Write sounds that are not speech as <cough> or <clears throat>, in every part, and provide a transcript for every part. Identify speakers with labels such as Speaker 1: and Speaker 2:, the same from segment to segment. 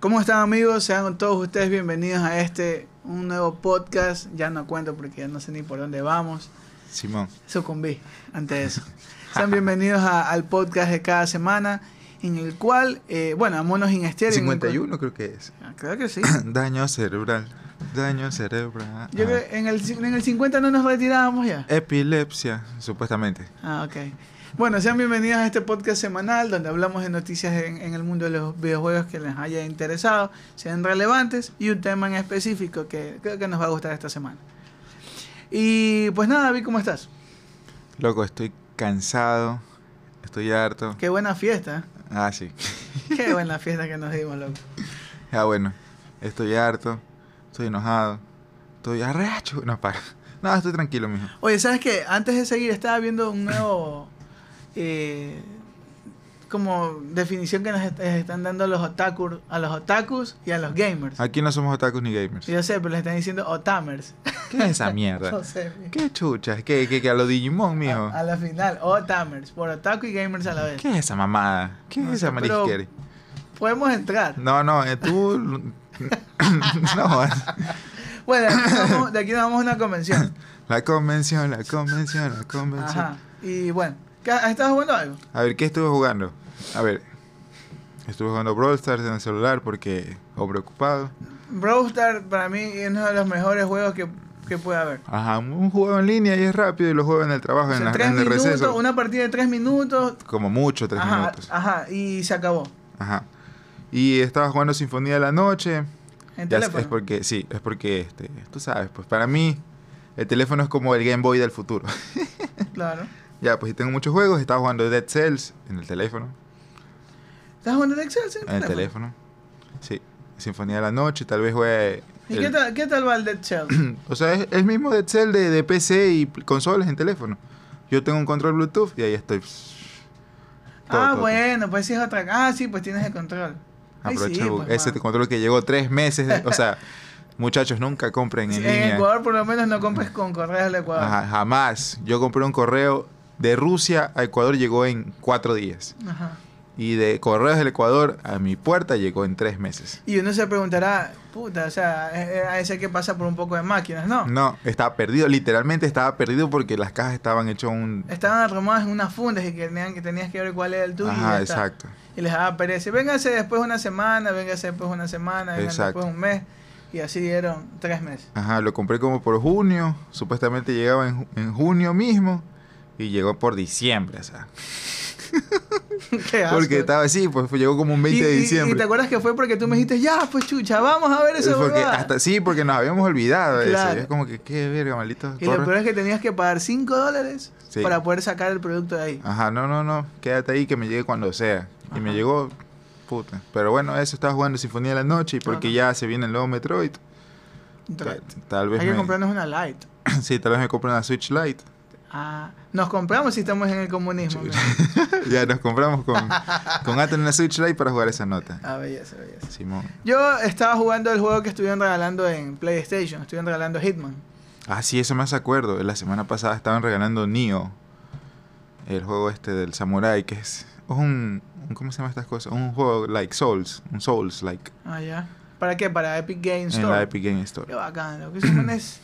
Speaker 1: ¿Cómo están amigos? Sean todos ustedes bienvenidos a este, un nuevo podcast. Ya no cuento porque ya no sé ni por dónde vamos.
Speaker 2: Simón.
Speaker 1: Sucumbí ante eso. Sean bienvenidos a- al podcast de cada semana en el cual, eh, bueno, a Monos in Stereo. en el cual-
Speaker 2: 51 creo que es. <laughs>
Speaker 1: Ah, Creo que sí.
Speaker 2: Daño cerebral. Daño cerebral.
Speaker 1: Yo creo
Speaker 2: Ajá.
Speaker 1: que en el, ci- en el 50 no nos retirábamos ya.
Speaker 2: Epilepsia, supuestamente.
Speaker 1: Ah, ok. Bueno, sean bienvenidos a este podcast semanal donde hablamos de noticias en, en el mundo de los videojuegos que les haya interesado, sean relevantes y un tema en específico que creo que nos va a gustar esta semana. Y pues nada, David, ¿cómo estás?
Speaker 2: Loco, estoy cansado. Estoy harto.
Speaker 1: Qué buena fiesta. ¿eh?
Speaker 2: Ah, sí. <laughs>
Speaker 1: Qué buena fiesta que nos dimos, loco.
Speaker 2: Ah, bueno. Estoy harto. Estoy enojado. Estoy arrecho. No, para. No, estoy tranquilo, mijo.
Speaker 1: Oye, ¿sabes qué? Antes de seguir estaba viendo un nuevo... eh, como definición que nos est- están dando los otakus, a los otakus y a los gamers.
Speaker 2: Aquí no somos otakus ni gamers.
Speaker 1: Yo sé, pero le están diciendo otamers.
Speaker 2: ¿Qué es esa mierda?
Speaker 1: <laughs> No sé, mijo.
Speaker 2: ¿Qué chuchas? ¿Qué, qué, qué? A los Digimon, mijo.
Speaker 1: A, a la final, o Tamers, por Otaku y Gamers a la vez.
Speaker 2: ¿Qué es esa mamada? ¿Qué
Speaker 1: No
Speaker 2: es
Speaker 1: sé,
Speaker 2: esa
Speaker 1: pero-
Speaker 2: marisquera?
Speaker 1: Podemos entrar.
Speaker 2: No, no,
Speaker 1: <laughs>
Speaker 2: eh, tú. <laughs> no, eh.
Speaker 1: Bueno, de aquí nos vamos, de aquí nos vamos a una convención.
Speaker 2: la convención, la convención, la <coughs> convención.
Speaker 1: Ajá. Y bueno, ¿qué- ¿has estado jugando algo?
Speaker 2: A ver, ¿qué estuve jugando? A ver, estuve jugando Brawl Stars en el celular porque. o preocupado.
Speaker 1: Brawl Stars para mí es uno de los mejores juegos que, que puede haber.
Speaker 2: Ajá, un juego en línea y es rápido y lo juego en el trabajo,
Speaker 1: O sea,
Speaker 2: en, la-
Speaker 1: tres
Speaker 2: en el
Speaker 1: minutos,
Speaker 2: receso.
Speaker 1: una partida de tres minutos.
Speaker 2: Como mucho, tres
Speaker 1: ajá,
Speaker 2: minutos.
Speaker 1: ajá, y se acabó.
Speaker 2: Ajá. Y estaba jugando Sinfonía de la Noche.
Speaker 1: En
Speaker 2: Ya es-
Speaker 1: teléfono.
Speaker 2: es porque, sí, es porque, este, tú sabes, pues para mí, el teléfono es como el Game Boy del futuro. <laughs>
Speaker 1: Claro.
Speaker 2: ya, pues y tengo muchos juegos. Estaba jugando Dead Cells en el teléfono.
Speaker 1: ¿Estás jugando en Excel?
Speaker 2: En el teléfono. Sí. Sinfonía de la Noche, tal vez juegue.
Speaker 1: ¿Y
Speaker 2: el-
Speaker 1: qué tal, qué tal va el Dead
Speaker 2: <coughs>
Speaker 1: Shell?
Speaker 2: O sea, es el mismo Dead Cell de, de PC y pl- consolas en teléfono. Yo tengo un control Bluetooth y ahí estoy. Todo,
Speaker 1: ah,
Speaker 2: todo,
Speaker 1: bueno, pues sí es otra. Ah, sí, pues tienes el control. Ay,
Speaker 2: Aprovecha
Speaker 1: sí,
Speaker 2: el bu-
Speaker 1: pues,
Speaker 2: ese
Speaker 1: mano.
Speaker 2: control que llegó tres meses. de-
Speaker 1: <laughs>
Speaker 2: o sea, muchachos, nunca compren en
Speaker 1: Sí, en
Speaker 2: línea.
Speaker 1: Ecuador por lo menos no compres con correos del Ecuador.
Speaker 2: Ajá, jamás. Yo compré un correo de Rusia a Ecuador, llegó en cuatro días.
Speaker 1: Ajá.
Speaker 2: Y de correos del Ecuador a mi puerta llegó en tres meses.
Speaker 1: Y uno se preguntará, puta, o sea, eh, eh, a ese que pasa por un poco de máquinas, <laughs> ¿no?
Speaker 2: No, estaba perdido. Literalmente estaba perdido porque las cajas estaban hechas un.
Speaker 1: Estaban arrumadas en unas fundas y que tenían, que tenías que ver cuál era el tuyo. y
Speaker 2: Ajá,
Speaker 1: ya está.
Speaker 2: exacto.
Speaker 1: Y les daba pereza. Véngase después una semana, véngase después una semana, véngase
Speaker 2: Exacto.
Speaker 1: después un mes. Y así dieron tres meses. <laughs>
Speaker 2: Ajá, lo compré como por junio, supuestamente llegaba en, ju- en junio mismo y llegó por diciembre, o sea,
Speaker 1: Qué asco.
Speaker 2: porque estaba así, pues fue- llegó como un 20
Speaker 1: Y-
Speaker 2: de
Speaker 1: y-
Speaker 2: diciembre.
Speaker 1: Y, te acuerdas que fue porque tú me dijiste, ya, pues chucha, vamos a ver esa
Speaker 2: porque
Speaker 1: huevada".
Speaker 2: hasta sí, porque nos habíamos olvidado de eso.
Speaker 1: Claro.
Speaker 2: y es como que qué verga, maldito.
Speaker 1: Y lo peor es que tenías que pagar 5 dólares
Speaker 2: Sí. Ah,
Speaker 1: para poder sacar el producto de ahí.
Speaker 2: Ajá, no, no, no, quédate ahí que me llegue cuando sea. Y me
Speaker 1: Ajá.
Speaker 2: llegó puta. Pero bueno, eso estaba jugando Sinfonía de la Noche y porque
Speaker 1: Ajá.
Speaker 2: ya se viene el nuevo Metroid.
Speaker 1: Entonces,
Speaker 2: Tal, tal vez
Speaker 1: Hay que
Speaker 2: me,
Speaker 1: comprarnos una light.
Speaker 2: <clears throat> sí, tal vez me compre una Switch Lite.
Speaker 1: Ah, nos compramos si estamos en el comunismo.
Speaker 2: Chucha. <laughs>
Speaker 1: mira.
Speaker 2: ya nos compramos con con Aten una Switch Lite para jugar esa nota.
Speaker 1: Ah, belleza, belleza.
Speaker 2: Simón.
Speaker 1: Yo estaba jugando el juego que estuvieron regalando en PlayStation, estuvieron regalando Hitman.
Speaker 2: Ah, sí, eso me hace acuerdo. La semana pasada estaban regalando Nioh, el juego este del samurai, que es un, un- ¿cómo se llama estas cosas? Un juego like Souls, un Souls like
Speaker 1: Ah, ya. ¿Para qué? Para Epic Games
Speaker 2: en
Speaker 1: Store.
Speaker 2: la Epic Game
Speaker 1: Qué
Speaker 2: Store.
Speaker 1: bacán, lo que esos
Speaker 2: <clears throat>
Speaker 1: manes-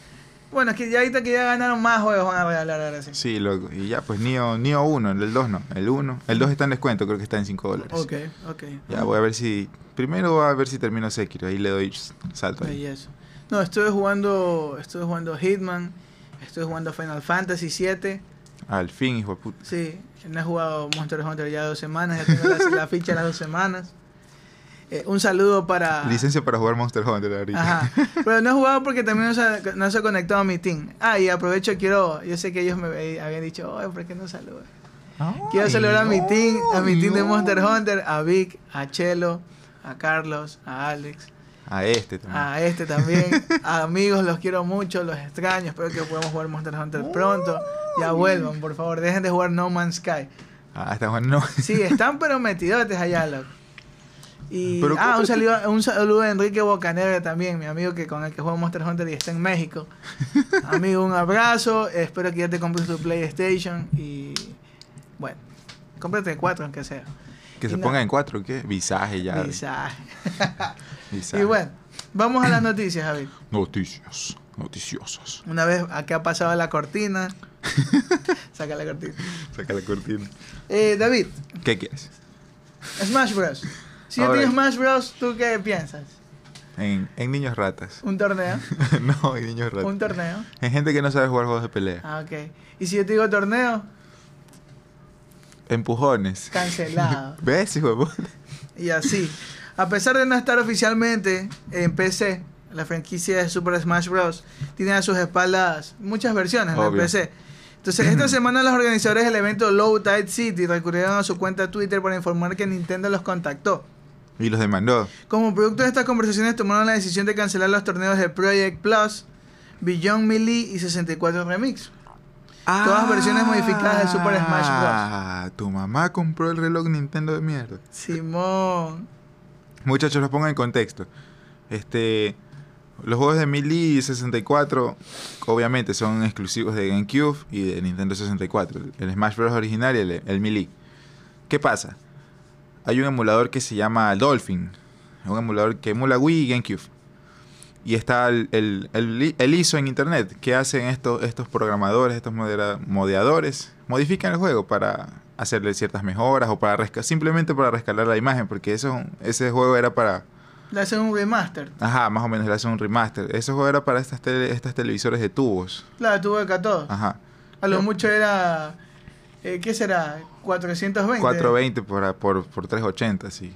Speaker 1: Bueno, es que ya ahorita que ya ganaron más juegos van a regalar ahora sí.
Speaker 2: Sí, loco. Y ya, pues Nioh, Nioh 1, el 2 no, el 1, el 2 está en descuento, creo que está en 5 dólares.
Speaker 1: Ok, ok.
Speaker 2: Ya voy a ver si primero voy a ver si termino Sekiro, ahí le doy salto ahí.
Speaker 1: Belleza. No, estuve jugando, estuve jugando Hitman, estuve jugando Final Fantasy VII.
Speaker 2: Al fin, hijo de puta.
Speaker 1: Sí, no he jugado Monster Hunter ya dos semanas, ya tengo la, la ficha de las dos semanas. Eh, un saludo para...
Speaker 2: Licencia para jugar Monster Hunter ahorita. <laughs>
Speaker 1: Ajá. Pero no he jugado porque también no se, ha- no se ha conectado a mi team. Ah, y aprovecho, quiero. Yo sé que ellos me ve- habían dicho, oh, ¿por qué no saludas? Quiero
Speaker 2: Ay,
Speaker 1: saludar a mi team, a mi team de
Speaker 2: no.
Speaker 1: Monster Hunter, a Vic, a Chelo, a Carlos, a Alex,
Speaker 2: A este también.
Speaker 1: a este también. A amigos, los quiero mucho, los extraño. Espero que podamos jugar Monster Hunter pronto. Ya vuelvan, por favor, dejen de jugar No Man's Sky.
Speaker 2: Ah, está bueno.
Speaker 1: Sí, están pero metidotes allá, loco. Y,
Speaker 2: Pero
Speaker 1: ah, un
Speaker 2: cómprate-
Speaker 1: saludo, un saludo a Enrique Bocanegra también, mi amigo que con el que juego Monster Hunter y está en
Speaker 2: <laughs>
Speaker 1: México. amigo, un abrazo. Espero que ya te compres tu PlayStation y. Bueno, cómprate cuatro, aunque sea.
Speaker 2: <laughs> Que
Speaker 1: Y
Speaker 2: se
Speaker 1: no-
Speaker 2: ponga en cuatro, ¿qué? Visaje ya.
Speaker 1: Visaje. <laughs> Y bueno, vamos a las noticias, Javi.
Speaker 2: Noticias, noticiosas.
Speaker 1: Una vez acá ha pasado la
Speaker 2: <laughs>
Speaker 1: cortina. Saca la cortina.
Speaker 2: Saca la cortina.
Speaker 1: Eh, David,
Speaker 2: ¿Qué quieres?
Speaker 1: Smash Bros. Si yo
Speaker 2: Ahora.
Speaker 1: digo Smash Bros, ¿tú qué piensas?
Speaker 2: En, en niños ratas. <laughs>
Speaker 1: ¿Un torneo?
Speaker 2: no, en niños ratas.
Speaker 1: ¿Un torneo?
Speaker 2: En gente que no sabe jugar juegos de pelea.
Speaker 1: Ah, ok. Y si yo te digo torneo,
Speaker 2: Empujones.
Speaker 1: cancelado.
Speaker 2: <laughs> ¿Ves, hijo de puta?
Speaker 1: Y así. A pesar de no estar oficialmente en PC, la franquicia de Super Smash Bros. tiene a sus espaldas muchas versiones en
Speaker 2: Obvio.
Speaker 1: PC. Entonces, esta semana los organizadores del evento Low Tide City recurrieron a su cuenta Twitter para informar que Nintendo los contactó.
Speaker 2: Y los demandó.
Speaker 1: Como producto de estas conversaciones, tomaron la decisión de cancelar los torneos de Project Plus, Beyond Melee y 64 Remix. Todas versiones modificadas de Super Smash Bros.
Speaker 2: Ah, tu mamá compró el reloj Nintendo de mierda.
Speaker 1: Simón.
Speaker 2: Muchachos, los pongo en contexto. Este, los juegos de Melee y 64, obviamente, son exclusivos de GameCube y de Nintendo 64. El Smash Bros. original y el, el Melee. ¿Qué pasa? Hay un emulador que se llama Dolphin. Es un emulador que emula Wii y GameCube. Y está el, el, el- el ISO en internet. ¿Qué hacen estos, estos programadores, estos modera- modeadores? Modifican el juego para hacerle ciertas mejoras o para resca- simplemente para rescalar la imagen, porque eso, es un- ese juego era para.
Speaker 1: Le hacen un remaster.
Speaker 2: Ajá, más o menos le hacen un remaster. Ese juego era para estas, tele- estas televisores de tubos.
Speaker 1: Claro, tuvo acá todo.
Speaker 2: Ajá.
Speaker 1: A lo mucho era. eh, ¿Qué será? 420.
Speaker 2: 420 por, por, por 380, sí.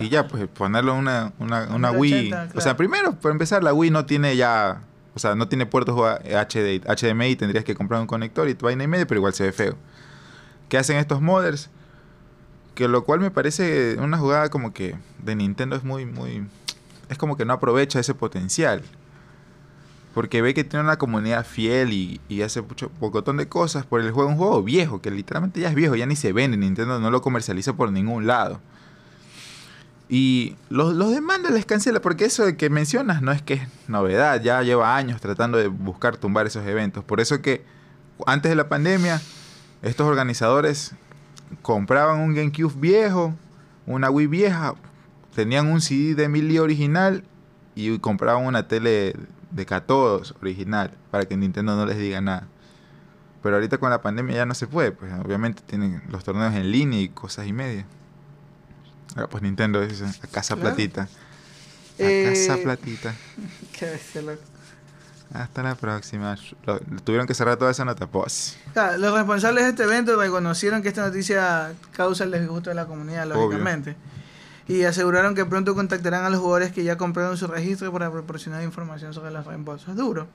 Speaker 2: y ya, pues ponerlo en una, una,
Speaker 1: 180,
Speaker 2: una Wii. O
Speaker 1: claro.
Speaker 2: sea, primero, para empezar, la Wii no tiene ya. O sea, no tiene puertos UA- HD, HDMI, tendrías que comprar un conector y tu vaina y media, pero igual se ve feo. ¿Qué hacen estos modders? Que lo cual me parece una jugada como que de Nintendo es muy, muy. Es como que no aprovecha ese potencial. Porque ve que tiene una comunidad fiel y, y hace mucho pocotón de cosas por el juego. Un juego viejo, que literalmente ya es viejo, ya ni se vende. Nintendo no lo comercializa por ningún lado. Y los, los demandas les cancela, porque eso de que mencionas no es que es novedad, ya lleva años tratando de buscar tumbar esos eventos. Por eso que antes de la pandemia, estos organizadores compraban un GameCube viejo, una Wii vieja, tenían un CD de Emily original y compraban una tele de catodos original para que Nintendo no les diga nada. Pero ahorita con la pandemia ya no se puede, pues obviamente tienen los torneos en línea y cosas y media. Ahora pues Nintendo es a casa
Speaker 1: Claro.
Speaker 2: platita. A
Speaker 1: Eh,
Speaker 2: casa platita.
Speaker 1: qué bestia, loco.
Speaker 2: Hasta la próxima. Lo- tuvieron que cerrar toda esa nota, pues.
Speaker 1: Claro, los responsables de este evento reconocieron que esta noticia causa el disgusto de la comunidad,
Speaker 2: Obvio.
Speaker 1: lógicamente. Y aseguraron que pronto contactarán a los jugadores que ya compraron su registro para proporcionar información sobre los reembolsos. Duro.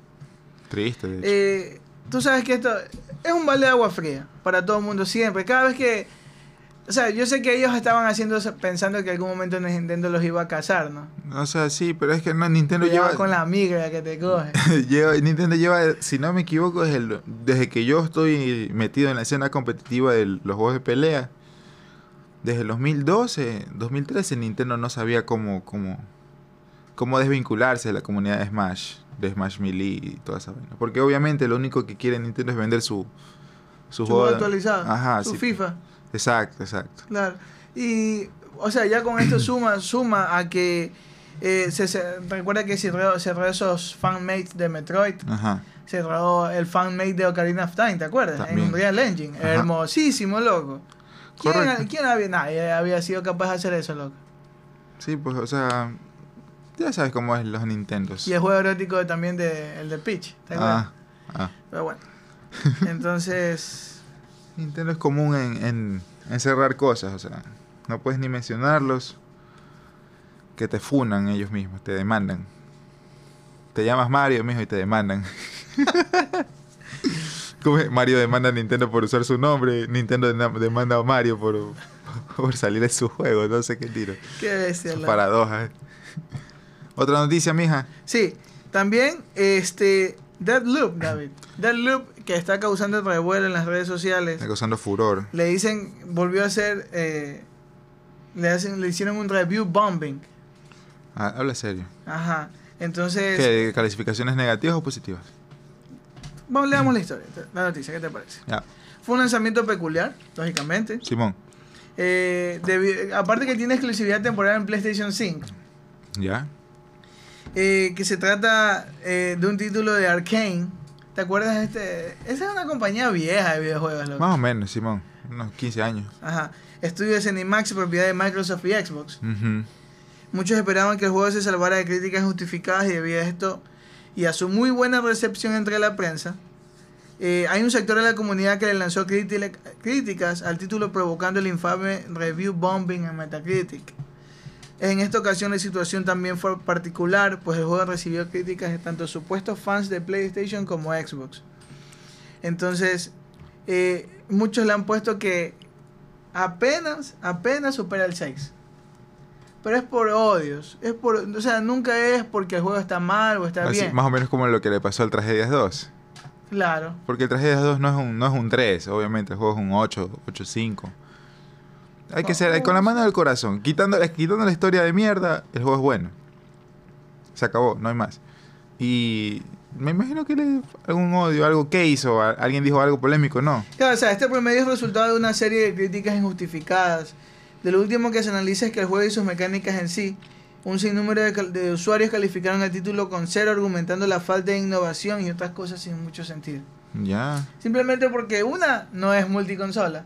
Speaker 2: Triste, de hecho.
Speaker 1: Eh, Tú sabes que esto es un balde de agua fría para todo el mundo siempre. Cada vez que... O sea, yo sé que ellos estaban haciendo pensando que algún momento Nintendo los iba a cazar, ¿no?
Speaker 2: O sea, sí, pero es que no, Nintendo
Speaker 1: Cuidado
Speaker 2: lleva,
Speaker 1: con la migra que te coge.
Speaker 2: <laughs> lleva- Nintendo lleva, si no me equivoco, desde, el- desde que yo estoy metido en la escena competitiva de los juegos de pelea, desde el 2012, 2013, Nintendo no sabía cómo, cómo, cómo desvincularse de la comunidad de Smash, de Smash Melee y toda esa vaina. Porque obviamente lo único que quiere Nintendo es vender su, su,
Speaker 1: Su
Speaker 2: juego.
Speaker 1: juego actualizado.
Speaker 2: Ajá,
Speaker 1: su
Speaker 2: sí.
Speaker 1: FIFA.
Speaker 2: Exacto, exacto.
Speaker 1: Claro. Y, o sea, ya con
Speaker 2: <clears throat>
Speaker 1: esto suma, suma a que eh, se, se- recuerda que cerró, cerró esos fanmates de Metroid,
Speaker 2: Ajá.
Speaker 1: cerró el fanmate de Ocarina of Time, ¿te acuerdas?
Speaker 2: También.
Speaker 1: En Unreal Engine.
Speaker 2: Ajá.
Speaker 1: Hermosísimo, loco. ¿Quién,
Speaker 2: Correcto.
Speaker 1: quién había, nadie había sido capaz de hacer eso, loco?
Speaker 2: Sí, pues, o sea, ya sabes cómo es los Nintendos.
Speaker 1: Y el juego erótico también de, el de Peach, ¿te acuerdas?
Speaker 2: Ah, ah.
Speaker 1: Pero bueno. Entonces,
Speaker 2: Nintendo es común en, en, en cerrar cosas, o sea, no puedes ni mencionarlos, que te funan ellos mismos, te demandan. Te llamas Mario, mijo, y te demandan. <laughs> ¿Cómo es? Mario demanda a Nintendo por usar su nombre, Nintendo dena- demanda a Mario por, por salir de su juego, no sé qué tiro.
Speaker 1: qué
Speaker 2: <laughs>
Speaker 1: bestia, loco.
Speaker 2: Paradoja. ¿eh? Otra noticia, mija.
Speaker 1: Sí, también este Deadloop,
Speaker 2: <laughs>
Speaker 1: David. Deadloop que está causando revuelo en las redes sociales.
Speaker 2: Está causando furor.
Speaker 1: Le dicen, volvió a ser, eh, le, hacen, le hicieron un review bombing.
Speaker 2: Ah, habla serio.
Speaker 1: Ajá. Entonces,
Speaker 2: ¿Qué, ¿Calificaciones negativas o positivas?
Speaker 1: vamos, le damos la historia, la noticia, ¿qué te parece?
Speaker 2: Ya,
Speaker 1: Fue un lanzamiento peculiar, lógicamente.
Speaker 2: Simón.
Speaker 1: Eh, debi- aparte que tiene exclusividad temporal en PlayStation 5.
Speaker 2: ¿Ya?
Speaker 1: eh, que se trata eh, de un título de Arkane. ¿Te acuerdas? de Este? Esa es una compañía vieja de videojuegos, loco.
Speaker 2: Más o menos, Simón. Unos 15 años.
Speaker 1: Ajá. Estudio de Cinemax, propiedad de Microsoft y Xbox.
Speaker 2: Ujú.
Speaker 1: Muchos esperaban que el juego se salvara de críticas justificadas y debido a esto y a su muy buena recepción entre la prensa, eh, hay un sector de la comunidad que le lanzó críti- críticas al título provocando el infame review bombing en Metacritic. En esta ocasión la situación también fue particular, pues el juego recibió críticas de tanto supuestos fans de PlayStation como Xbox. Entonces, eh, muchos le han puesto que apenas, apenas supera el 6. Pero es por odios. Es por, o sea, nunca es porque el juego está mal o está
Speaker 2: Así,
Speaker 1: bien.
Speaker 2: más o menos como lo que le pasó al Tragedias 2.
Speaker 1: Claro.
Speaker 2: Porque el Tragedias 2 no es un, no es un 3, obviamente. El juego es un 8, 8, 5. Hay que
Speaker 1: Oh.
Speaker 2: ser con la mano del corazón. Quitando, quitando la historia de mierda, el juego es bueno. Se acabó, no hay más. Y me imagino que le algún odio, algo que hizo, a- alguien dijo algo polémico, no.
Speaker 1: Claro, o sea, este promedio es resultado de una serie de críticas injustificadas. De lo último que se analiza es que el juego y sus mecánicas en sí, un sinnúmero de, cal- de usuarios calificaron el título con cero, argumentando la falta de innovación y otras cosas sin mucho sentido.
Speaker 2: Ya,
Speaker 1: Simplemente porque una no es multiconsola,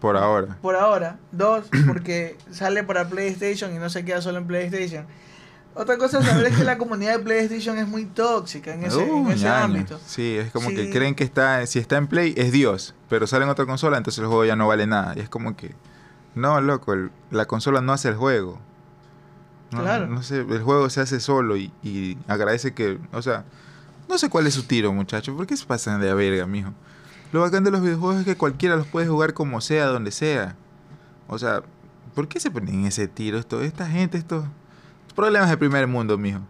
Speaker 2: por ahora.
Speaker 1: por ahora. Dos, porque sale para PlayStation y no se queda solo en PlayStation. Otra cosa a saber es que la comunidad de PlayStation es muy tóxica en ese, en
Speaker 2: Uh,
Speaker 1: ese
Speaker 2: ñaña.
Speaker 1: ámbito.
Speaker 2: Sí, es como que
Speaker 1: Sí.
Speaker 2: creen que está, si está en Play es Dios, pero sale en otra consola, entonces el juego ya no vale nada. Y es como que, no, loco, el- la consola no hace el juego. No,
Speaker 1: Claro.
Speaker 2: No sé, el juego se hace solo y, y agradece que, o sea, no sé cuál es su tiro, muchacho, ¿por qué se pasan de a verga, mijo? Lo bacán de los videojuegos es que cualquiera los puede jugar como sea, donde sea. O sea, ¿por qué se ponen ese tiro esto, esta gente, estos problemas del primer mundo, mijo?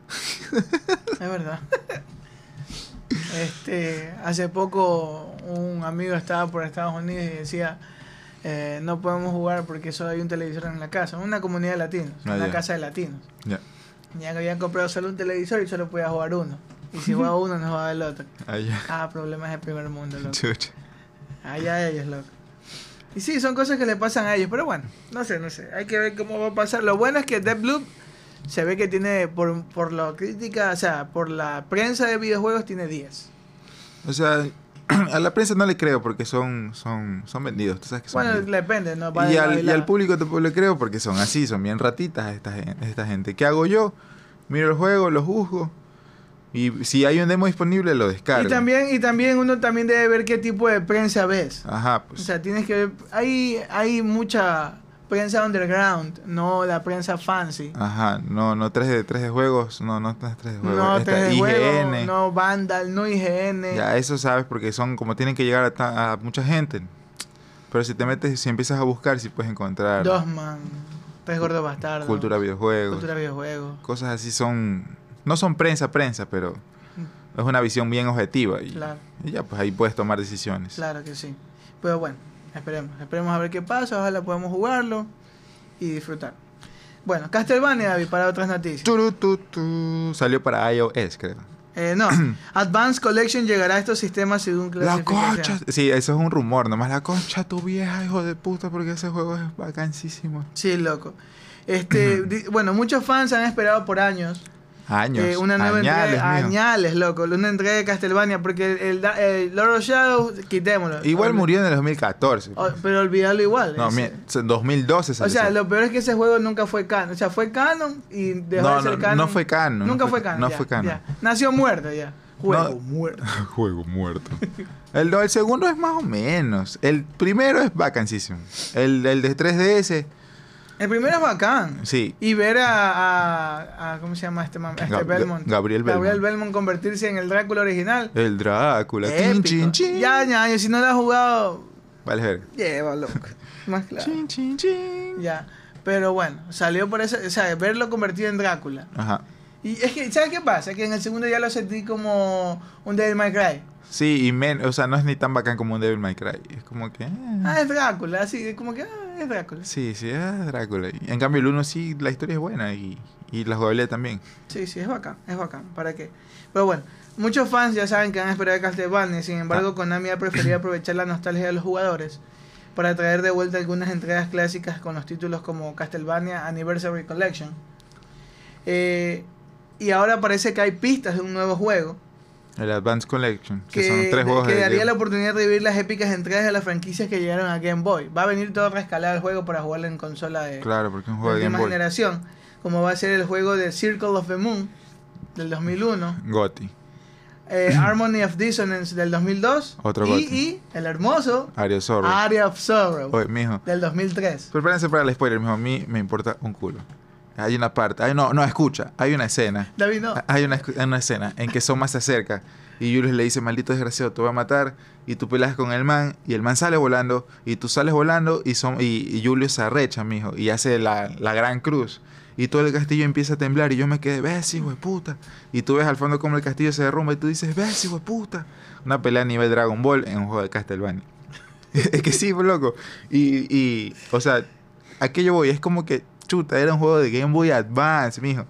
Speaker 1: Es verdad. <laughs> Este, hace poco un amigo estaba por Estados Unidos y decía, eh, no podemos jugar porque solo hay un televisor en la casa, una comunidad de latinos,
Speaker 2: Ah,
Speaker 1: una
Speaker 2: ya.
Speaker 1: casa de latinos.
Speaker 2: Ya,
Speaker 1: Ya que habían comprado solo un televisor y solo podía jugar uno. Y si juega uno, no juega el otro.
Speaker 2: ahí ya.
Speaker 1: Ah, problemas del primer mundo, loco.
Speaker 2: <laughs> Chucha.
Speaker 1: Allá de ellos, loco. Y sí, son cosas que le pasan a ellos, pero bueno, no sé, no sé. Hay que ver cómo va a pasar. Lo bueno es que Deathloop se ve que tiene, por, por la crítica, o sea, por la prensa de videojuegos, tiene 10.
Speaker 2: O sea, <clears throat> a la prensa no le creo porque son, son, son vendidos. Tú sabes que son
Speaker 1: Bueno,
Speaker 2: vendidos.
Speaker 1: depende, ¿no? Va
Speaker 2: y,
Speaker 1: de lado
Speaker 2: al, y
Speaker 1: lado.
Speaker 2: al público tampoco le creo porque son así, son bien ratitas esta, gen- esta gente. ¿Qué hago yo? Miro el juego, lo juzgo. Y si hay un demo disponible, lo descargo.
Speaker 1: Y también, y también uno también debe ver qué tipo de prensa ves.
Speaker 2: Ajá,
Speaker 1: O
Speaker 2: pues.
Speaker 1: sea, tienes que ver... Hay, hay mucha prensa underground, no la prensa fancy.
Speaker 2: Ajá, no, no, 3 de, 3 de juegos, no, no, 3 de juegos.
Speaker 1: No
Speaker 2: Esta
Speaker 1: 3D
Speaker 2: IGN.
Speaker 1: juego, no eh. Vandal, no IGN.
Speaker 2: Ya, eso sabes porque son como tienen que llegar a, ta- a mucha gente. Pero si te metes, si empiezas a buscar, si puedes encontrar
Speaker 1: Dos man, tres gordos bastardos.
Speaker 2: cultura videojuegos.
Speaker 1: Cultura videojuegos.
Speaker 2: cosas así son no son prensa prensa pero es una visión bien objetiva y,
Speaker 1: Claro,
Speaker 2: y ya pues ahí puedes tomar decisiones
Speaker 1: claro que sí. Pero bueno, esperemos. Esperemos a ver qué pasa. Ojalá podamos jugarlo y disfrutar. Bueno, Castlevania, David, para otras noticias.
Speaker 2: Turu, tu, tu. salió para iOS creo
Speaker 1: Eh,
Speaker 2: <clears throat>
Speaker 1: no, Advanced Collection llegará a estos sistemas según
Speaker 2: la concha
Speaker 1: clasificación.
Speaker 2: sí eso es un rumor nomás la concha tu vieja hijo de puta porque ese juego es vacancísimo
Speaker 1: Sí, loco. Este, di- bueno, muchos fans han esperado por años
Speaker 2: años
Speaker 1: eh, una nueva
Speaker 2: añales,
Speaker 1: entrega,
Speaker 2: mijo.
Speaker 1: añales, loco, una entrega de Castlevania porque el, el, da- el Lord of Shadows, quitémoslo.
Speaker 2: igual
Speaker 1: Ol-
Speaker 2: murió en el 2014
Speaker 1: o- pero olvidarlo igual.
Speaker 2: no
Speaker 1: ese-
Speaker 2: mira, en
Speaker 1: Oh,
Speaker 2: 2012
Speaker 1: O
Speaker 2: salió
Speaker 1: sea,
Speaker 2: ese-
Speaker 1: lo peor es que ese juego nunca fue canon. O sea, fue canon y dejó
Speaker 2: no,
Speaker 1: de ser
Speaker 2: no,
Speaker 1: canon.
Speaker 2: no fue canon.
Speaker 1: Nunca
Speaker 2: no
Speaker 1: fue canon.
Speaker 2: No
Speaker 1: ya,
Speaker 2: fue canon.
Speaker 1: ya. Nació muerto ya. Juego
Speaker 2: No.
Speaker 1: muerto.
Speaker 2: <laughs> Juego muerto. <laughs> El, no, el segundo es más o menos. El primero es vacancísimo. El, el de 3DS,
Speaker 1: El primero es bacán.
Speaker 2: sí.
Speaker 1: Y ver a, a- a- ¿Cómo se llama este man? Este
Speaker 2: Ga-
Speaker 1: Belmont.
Speaker 2: Ga- Gabriel
Speaker 1: Gabriel
Speaker 2: Belmont.
Speaker 1: Belmont convertirse en el Drácula original.
Speaker 2: El Drácula. Chin,
Speaker 1: Épico.
Speaker 2: chin, chin.
Speaker 1: Ya, ya, yo si no lo has jugado,
Speaker 2: Vale, verga.
Speaker 1: lleva, loco. <laughs> Más claro.
Speaker 2: Chin, chin, chin.
Speaker 1: Ya. Pero bueno, salió por eso. O sea, verlo convertido en Drácula.
Speaker 2: Ajá.
Speaker 1: Y es que, ¿sabes qué pasa? Que en el segundo ya lo sentí como un Devil May Cry.
Speaker 2: Sí, y men, o sea, no es ni tan bacán como un Devil May Cry. Es como que. eh,
Speaker 1: Ah, es Drácula, así, es como que, ah, es Drácula.
Speaker 2: Sí, sí, es Drácula. Y En cambio, el uno sí, la historia es buena y, y la jugabilidad también.
Speaker 1: Sí, sí, es bacán, es bacán, ¿para qué? Pero bueno, muchos
Speaker 2: Ah. <clears throat>
Speaker 1: fans ya saben que han esperado a Castlevania, sin embargo, Konami ha preferido aprovechar la nostalgia de los jugadores para traer de vuelta algunas entregas clásicas con los títulos como Castlevania Anniversary Collection. Eh, y ahora parece que hay pistas de un nuevo juego
Speaker 2: El Advanced Collection, que,
Speaker 1: que,
Speaker 2: son tres juegos
Speaker 1: que
Speaker 2: de-
Speaker 1: daría
Speaker 2: de-
Speaker 1: la oportunidad de revivir las épicas entregas de las franquicias que llegaron a Game Boy. Va a venir todo rescalado el juego para jugarlo en consola de,
Speaker 2: Claro, porque es un
Speaker 1: de
Speaker 2: juego de
Speaker 1: última
Speaker 2: Game Boy.
Speaker 1: generación, como va a ser el juego de Circle of the Moon del 2001.
Speaker 2: Gotti. <clears throat>
Speaker 1: eh, Harmony of Dissonance del 2002
Speaker 2: Otro
Speaker 1: y,
Speaker 2: Gotti.
Speaker 1: y el hermoso
Speaker 2: Ario Zorro.
Speaker 1: Area of Sorrow
Speaker 2: Oye, mijo.
Speaker 1: del 2003.
Speaker 2: Prepárense para el spoiler, mijo. A mí me importa un culo. Hay una parte. Ay, no, no, escucha. Hay una escena.
Speaker 1: David, no.
Speaker 2: Hay una, escu- una escena en que Soma se acerca y Julius le dice, maldito desgraciado, te voy a matar. Y tú peleas con el man y el man sale volando y tú sales volando y, Som- y, y Julius se arrecha, mijo, y hace la, la gran cruz. Y todo el castillo empieza a temblar y yo me quedé, ves, hijo de puta. Y tú ves al fondo como el castillo se derrumba y tú dices, ves, hijo de puta. Una pelea a nivel Dragon Ball en un juego de Castlevania. <laughs> es que sí, pues, loco. Y, y, o sea, aquello voy, es como que, chuta, era un juego de Game Boy Advance, mijo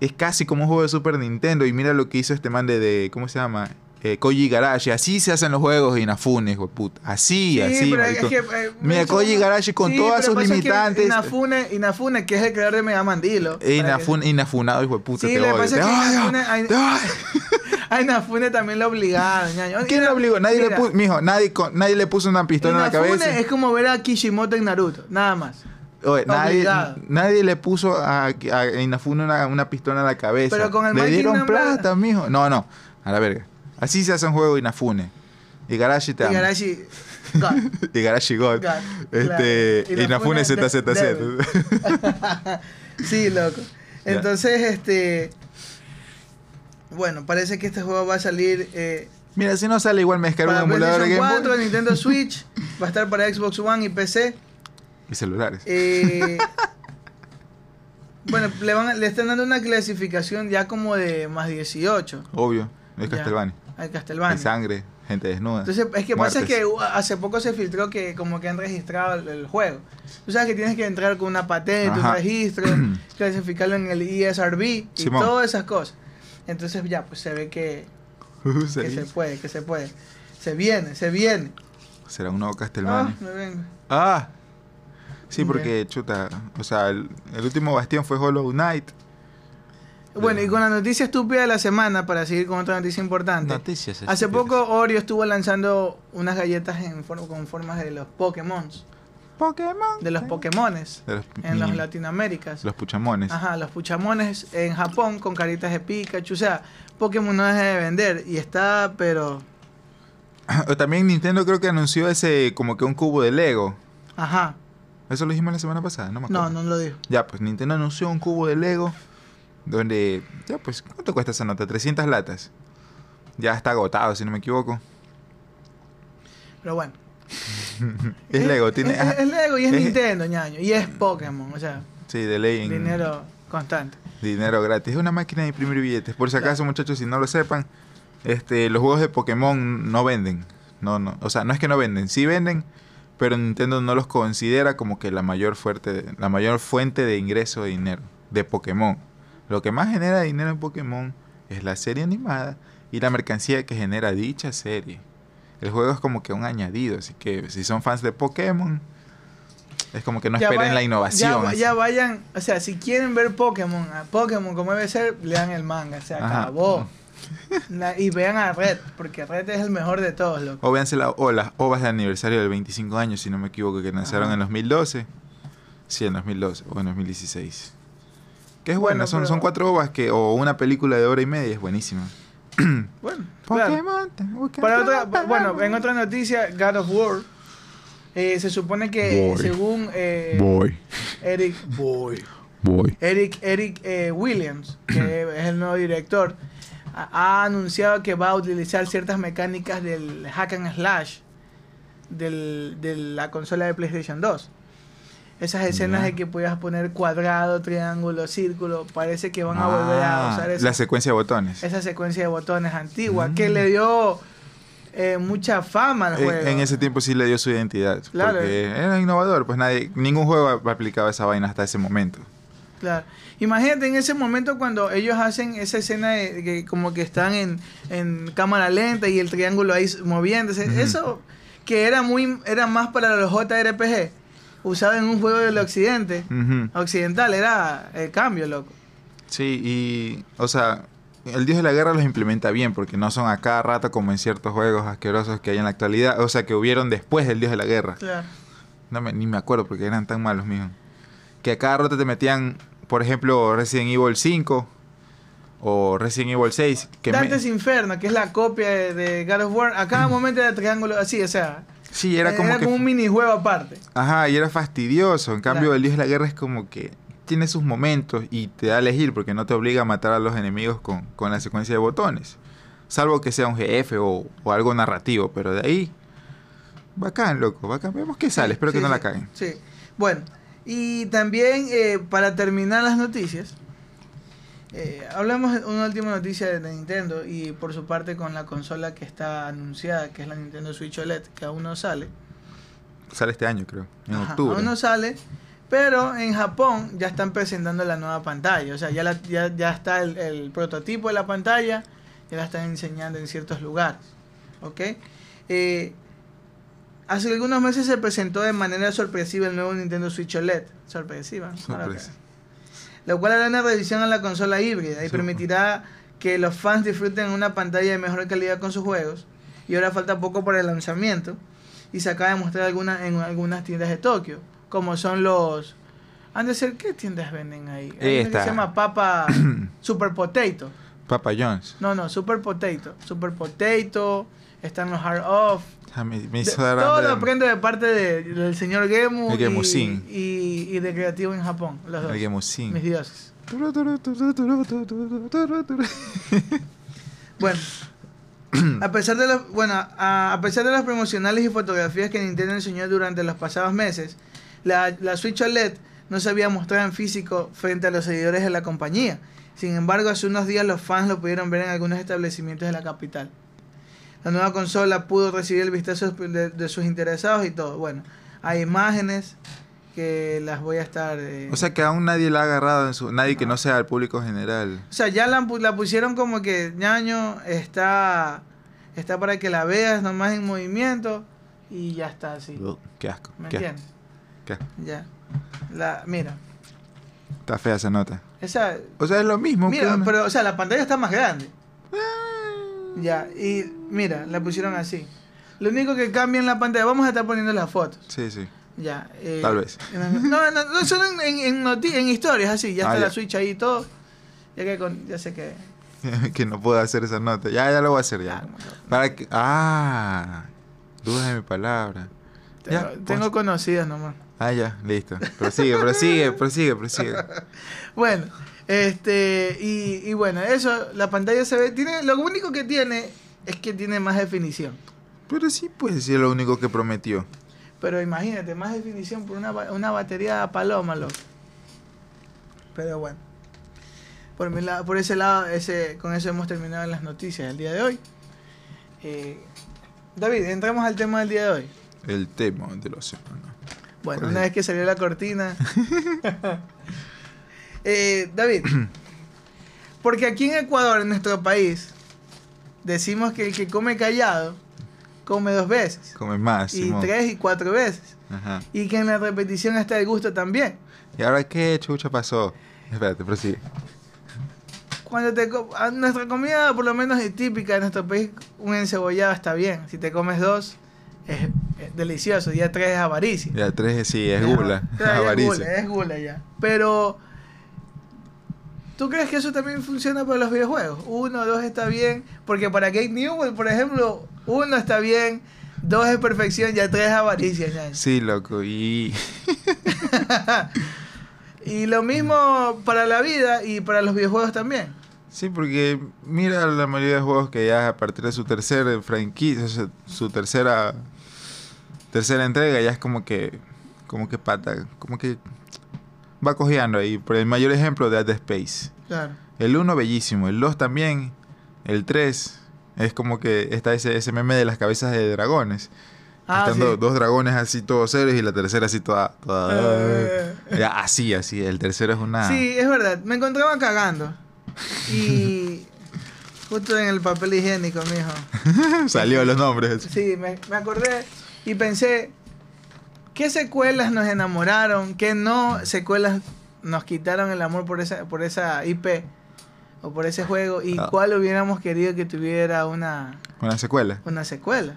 Speaker 2: es casi como un juego de Super Nintendo. Y mira lo que hizo este man de, de- ¿cómo se llama? Eh, Koji Garashi. Así se hacen los juegos de Inafune, hijo de puta. Así, así,
Speaker 1: pero
Speaker 2: maricón.
Speaker 1: es que, eh,
Speaker 2: Mira,
Speaker 1: eso-
Speaker 2: Koji Garashi con
Speaker 1: Sí,
Speaker 2: todas
Speaker 1: pero
Speaker 2: sus
Speaker 1: pasa que
Speaker 2: limitantes.
Speaker 1: Inafune, Inafune, que es el creador de Mega Man Dilo.
Speaker 2: Eh,
Speaker 1: para que- <laughs>
Speaker 2: Inafune- inafunado, hijo de puta,
Speaker 1: Sí,
Speaker 2: te
Speaker 1: lo que
Speaker 2: odio.
Speaker 1: pasa
Speaker 2: te
Speaker 1: es que
Speaker 2: odio,
Speaker 1: Inafune- hay-
Speaker 2: te odio.
Speaker 1: A Inafune también lo obligaron. ñaño.
Speaker 2: ¿Quién
Speaker 1: Ina-
Speaker 2: lo obligó? Nadie
Speaker 1: mira,
Speaker 2: le puso, mijo, nadie, con- nadie le puso una pistola en la
Speaker 1: Inafune
Speaker 2: cabeza.
Speaker 1: es como ver a Kishimoto en Naruto, nada más.
Speaker 2: Oye, nadie,
Speaker 1: obligado.
Speaker 2: nadie le puso a, a Inafune una, una pistola en la cabeza.
Speaker 1: Pero con el
Speaker 2: le
Speaker 1: Mighty
Speaker 2: dieron
Speaker 1: Number-
Speaker 2: plata, mijo. No, no, a la verga. Así se hace un juego de Inafune. Y Garashi te
Speaker 1: Y
Speaker 2: ama. <laughs>
Speaker 1: Garashi, God.
Speaker 2: Y Garashi God.
Speaker 1: God,
Speaker 2: Este,
Speaker 1: claro.
Speaker 2: Inafune
Speaker 1: Inafune
Speaker 2: ZZZ. <laughs>
Speaker 1: Sí, loco.
Speaker 2: Ya.
Speaker 1: Entonces, este. Bueno, parece que este juego va a salir eh,
Speaker 2: Mira, si no sale igual me descargo un
Speaker 1: para
Speaker 2: emulador de
Speaker 1: PlayStation
Speaker 2: Game
Speaker 1: 4,
Speaker 2: Boy
Speaker 1: Nintendo Switch, va a estar para Xbox One y PC.
Speaker 2: y celulares.
Speaker 1: Eh, <laughs> bueno, le, van, a- le están dando una clasificación ya como de más 18
Speaker 2: Obvio, es
Speaker 1: Ya.
Speaker 2: Castlevania.
Speaker 1: al
Speaker 2: Hay
Speaker 1: Castlevania.
Speaker 2: sangre, gente desnuda. <laughs>
Speaker 1: Entonces, es que pasa
Speaker 2: muertes.
Speaker 1: que uh, hace poco se filtró que como que han registrado el, el juego. Tú sabes que tienes que entrar con una patente,
Speaker 2: Ajá.
Speaker 1: un
Speaker 2: <clears throat>
Speaker 1: registro, clasificarlo en el ESRB y
Speaker 2: Simón.
Speaker 1: todas esas cosas. Entonces ya, pues se ve que,
Speaker 2: Se
Speaker 1: que se
Speaker 2: hizo.
Speaker 1: puede, que se puede. Se viene, se viene.
Speaker 2: Será un nuevo
Speaker 1: Ah,
Speaker 2: Castlevania.
Speaker 1: me vengo.
Speaker 2: Ah. Sí,
Speaker 1: Ya.
Speaker 2: porque chuta, o sea, el, el último bastión fue Hollow Knight.
Speaker 1: Bueno, y con la noticia estúpida de la semana, para seguir con otra noticia importante.
Speaker 2: Noticias.
Speaker 1: Hace poco Oreo estuvo lanzando unas galletas en for- con formas de los Pokémon,
Speaker 2: Pokémon.
Speaker 1: de los Pokémones
Speaker 2: De los,
Speaker 1: en los
Speaker 2: mini-
Speaker 1: Latinoaméricas.
Speaker 2: los puchamones.
Speaker 1: Ajá, los puchamones en Japón con caritas de Pikachu. O sea, Pokémon no deja de vender y está, pero.
Speaker 2: <laughs> O también Nintendo creo que anunció ese como que un cubo de Lego.
Speaker 1: Ajá.
Speaker 2: Eso lo dijimos la semana pasada, no me
Speaker 1: No,
Speaker 2: acuerdo.
Speaker 1: no lo digo.
Speaker 2: Ya, pues Nintendo anunció un cubo de Lego donde, ya, pues, ¿cuánto cuesta esa nota? 300 latas. Ya está agotado, si no me equivoco.
Speaker 1: Pero bueno.
Speaker 2: Es
Speaker 1: Eh,
Speaker 2: Lego, tiene...
Speaker 1: Es,
Speaker 2: ajá,
Speaker 1: es Lego y es,
Speaker 2: es-
Speaker 1: Nintendo, ñaño. Y es Pokémon. O sea,
Speaker 2: sí, de ley en-
Speaker 1: dinero constante.
Speaker 2: dinero gratis. Es una máquina de imprimir billetes. Por si acaso, muchachos, si no lo sepan, este, los juegos de Pokémon no venden. No, no, o sea, no es que no venden, sí venden, pero Nintendo no los considera como que la mayor fuerte, la mayor fuente de ingreso de dinero de Pokémon. Lo que más genera dinero en Pokémon es la serie animada y la mercancía que genera dicha serie. El juego es como que un añadido, así que si son fans de Pokémon, es como que no esperen
Speaker 1: vayan-
Speaker 2: la innovación.
Speaker 1: Ya,
Speaker 2: así.
Speaker 1: ya vayan. O sea, si quieren ver Pokémon, a Pokémon como debe ser, lean el manga. Se
Speaker 2: Ajá.
Speaker 1: acabó. La- y vean a Red, porque Red es el mejor de todos, loco.
Speaker 2: O véanse la- o las ovas de aniversario del 25 años, si no me equivoco, que lanzaron
Speaker 1: Ajá.
Speaker 2: en 2012. Sí, en 2012 o en 2016. Que es
Speaker 1: Bueno,
Speaker 2: buena, son,
Speaker 1: pero-
Speaker 2: son cuatro ovas que, o una película de hora y media, es buenísima.
Speaker 1: Bueno, claro.
Speaker 2: te busca-
Speaker 1: Para otra, bueno, en otra noticia, God of War. eh, se supone que
Speaker 2: Boy.
Speaker 1: según eh,
Speaker 2: Voy,
Speaker 1: Eric,
Speaker 2: voy.
Speaker 1: Eric, Eric eh, Williams,
Speaker 2: <clears throat>
Speaker 1: que es el nuevo director, ha, ha anunciado que va a utilizar ciertas mecánicas del hack and slash del- de la consola de PlayStation 2. Esas escenas
Speaker 2: Ya.
Speaker 1: de que podías poner cuadrado, triángulo, círculo, parece que van a volver a
Speaker 2: Ah,
Speaker 1: usar eso
Speaker 2: La secuencia de botones.
Speaker 1: esa secuencia de botones antigua
Speaker 2: Mm. E-,
Speaker 1: que le dio eh, mucha fama al
Speaker 2: En-
Speaker 1: juego.
Speaker 2: En ese tiempo sí le dio su identidad.
Speaker 1: Claro.
Speaker 2: Porque era innovador, pues nadie, ningún juego ha- ha aplicado esa vaina hasta ese momento.
Speaker 1: Claro. Imagínate en ese momento cuando ellos hacen esa escena de que como que están en, en cámara lenta y el triángulo ahí moviéndose.
Speaker 2: Ujú.
Speaker 1: Eso, que era muy era más para los JRPG, usado en un juego
Speaker 2: Mm.
Speaker 1: del occidente,
Speaker 2: Ujú.
Speaker 1: occidental, era el cambio, loco.
Speaker 2: Sí, y. O sea, el dios de la guerra los implementa bien, porque no son a cada rato como en ciertos juegos asquerosos que hay en la actualidad. O sea, que hubieron después del dios de la guerra.
Speaker 1: Claro.
Speaker 2: No me- ni me acuerdo porque eran tan malos, mijo. Que a cada rato te metían, por ejemplo, Resident Evil 5 o Resident Evil 6. Que me-
Speaker 1: Dante's Inferno, que es la copia de, de God of War, a cada momento era triángulo así, o sea,
Speaker 2: Sí, Eh, era como que.
Speaker 1: un minijuego aparte.
Speaker 2: Ajá, y era fastidioso. En cambio,
Speaker 1: Claro.
Speaker 2: el Dios de la Guerra es como que tiene sus momentos y te da a elegir porque no te obliga a matar a los enemigos con, con la secuencia de botones. Salvo que sea un jefe o, o algo narrativo, pero de ahí. Bacán, loco, bacán. Vemos que sale, espero que
Speaker 1: Sí,
Speaker 2: no la
Speaker 1: sí,
Speaker 2: caguen.
Speaker 1: Sí. Bueno, y también eh, para terminar las noticias, eh, hablamos de una última noticia de Nintendo y por su parte con la consola que está anunciada, que es la Nintendo Switch OLED, que aún no sale.
Speaker 2: Sale este año, creo. En
Speaker 1: Ajá,
Speaker 2: octubre.
Speaker 1: Aún no sale. Pero en Japón ya están presentando la nueva pantalla. O sea, ya, la- ya, ya está el, el prototipo de la pantalla. Ya la están enseñando en ciertos lugares. ¿Ok? Eh, hace algunos meses se presentó de manera sorpresiva el nuevo Nintendo Switch OLED. Sorpresiva.
Speaker 2: Sorpresa.
Speaker 1: Ahora que- Lo cual hará una revisión a la consola híbrida y
Speaker 2: Sí.
Speaker 1: permitirá que los fans disfruten una pantalla de mejor calidad con sus juegos. Y ahora falta poco para el lanzamiento y se acaba de mostrar alguna, en algunas tiendas de Tokio, como son los... Han de ser, ¿qué tiendas venden ahí? Hay una que
Speaker 2: Esta.
Speaker 1: se llama
Speaker 2: <clears throat>
Speaker 1: Papa Super Potato.
Speaker 2: Papa Jones.
Speaker 1: No, no, Super Potato. Super Potato, están los Hard Off.
Speaker 2: Ah, me, me
Speaker 1: De-
Speaker 2: hizo dar
Speaker 1: todo
Speaker 2: hambre
Speaker 1: lo
Speaker 2: el-
Speaker 1: aprendo de parte de- del señor Gemu
Speaker 2: El
Speaker 1: y,
Speaker 2: Gemusin.
Speaker 1: y, y de Creativo en Japón, los dos.
Speaker 2: el Gemusin.
Speaker 1: Mis dioses.
Speaker 2: Turu, turu, turu, turu, turu, turu, turu.
Speaker 1: Bueno, a pesar de los, bueno, a, a pesar de las promocionales y fotografías que Nintendo enseñó durante los pasados meses, la, la Switch OLED no se había mostrado en físico frente a los seguidores de la compañía. Sin embargo, hace unos días los fans lo pudieron ver en algunos establecimientos de la capital. La nueva consola pudo recibir el vistazo de, de sus interesados y todo. Bueno, hay imágenes que las voy a estar... eh,
Speaker 2: O sea que aún nadie la ha agarrado en su. Nadie que no sea el público general.
Speaker 1: O sea, ya la, pu- la pusieron como que ñaño está, está para que la veas nomás en movimiento y ya está así.
Speaker 2: Uh, Qué asco.
Speaker 1: ¿Me
Speaker 2: qué asco.
Speaker 1: entiendes?
Speaker 2: ¿Qué?
Speaker 1: Ya. La, mira,
Speaker 2: Está fea esa nota.
Speaker 1: esa.
Speaker 2: O sea, es lo mismo. que
Speaker 1: Mira,
Speaker 2: una- Ah.
Speaker 1: pero, o sea, la pantalla está más grande. Ya, y mira, la pusieron así. Lo único que cambia en la pantalla, vamos a estar poniendo las fotos.
Speaker 2: Sí, sí. <laughs>
Speaker 1: Ya. eh,
Speaker 2: Tal vez.
Speaker 1: No, no, no, son en, en, en noti- en historias así, ya
Speaker 2: Ah,
Speaker 1: está
Speaker 2: ya.
Speaker 1: la Switch ahí y todo. Ya que con, ya sé que.
Speaker 2: que no puedo hacer esa nota. Ya, ya lo voy a hacer
Speaker 1: ah,
Speaker 2: ya.
Speaker 1: como que-
Speaker 2: Para que. Ah. Dudas de mi palabra. Ya,
Speaker 1: tengo tengo conocidas nomás.
Speaker 2: Ah, ya, listo.
Speaker 1: <laughs>
Speaker 2: Prosigue, prosigue, prosigue, prosigue.
Speaker 1: Bueno, este, y, y bueno, eso, la pantalla se ve, tiene, lo único que tiene es que tiene más definición.
Speaker 2: Pero sí, pues sí es lo único que prometió.
Speaker 1: Pero imagínate, más definición por una, ba- una batería a paloma, loco. Pero bueno, por, mi lado, por ese lado, ese, con eso hemos terminado las noticias del día de hoy. Eh, David, entramos al tema del día de hoy.
Speaker 2: El tema de los hermanos.
Speaker 1: Bueno,
Speaker 2: ¿Cuál es
Speaker 1: una
Speaker 2: el-
Speaker 1: vez que salió la cortina. <laughs> Eh, David, porque aquí en Ecuador, en nuestro país, decimos que el que come callado come dos veces,
Speaker 2: Come más,
Speaker 1: y
Speaker 2: Simón.
Speaker 1: tres y cuatro veces,
Speaker 2: Ajá.
Speaker 1: y que en la repetición está el gusto también.
Speaker 2: ¿Y ahora qué chucha pasó? Espérate, prosigue.
Speaker 1: Cuando te co- a nuestra comida, por lo menos es típica de nuestro país, un encebollado está bien. Si te comes dos, es, es delicioso. Ya tres es avaricia.
Speaker 2: Ya, tres, sí, es
Speaker 1: Ya,
Speaker 2: gula.
Speaker 1: ya,
Speaker 2: <laughs>
Speaker 1: ya es
Speaker 2: Avaricia.
Speaker 1: gula, eh. es gula ya. Pero, ¿tú crees que eso también funciona para los videojuegos? Uno, dos está bien. Porque para Kate Newell, por ejemplo, uno está bien, dos es perfección, ya tres es avaricia. ñaño.
Speaker 2: Sí, loco, y.
Speaker 1: Y lo mismo para la vida y para los videojuegos también.
Speaker 2: Sí, porque mira la mayoría de juegos que ya a partir de su tercera franquicia, o sea, su tercera tercera entrega ya es como que como que pata, como que va cojeando ahí. Por el mayor ejemplo de Dead Space.
Speaker 1: Claro.
Speaker 2: El 1 bellísimo, el 2 también, el 3 es como que está ese, ese meme de las cabezas de dragones.
Speaker 1: Ah,
Speaker 2: Están
Speaker 1: sí.
Speaker 2: do- dos dragones así todos serios y la tercera así toda, toda-
Speaker 1: Eh.
Speaker 2: Ya, así, así, el tercero es una
Speaker 1: Sí, es verdad. Me encontraba cagando.
Speaker 2: <laughs>
Speaker 1: Y justo en el papel higiénico, mijo.
Speaker 2: <laughs> salió los nombres.
Speaker 1: Sí, me, me acordé. y pensé, ¿qué secuelas nos enamoraron? ¿Qué no secuelas nos quitaron el amor por esa, por esa IP o por ese juego? ¿Y
Speaker 2: Ah.
Speaker 1: cuál hubiéramos querido que tuviera una,
Speaker 2: Una secuela.
Speaker 1: una secuela?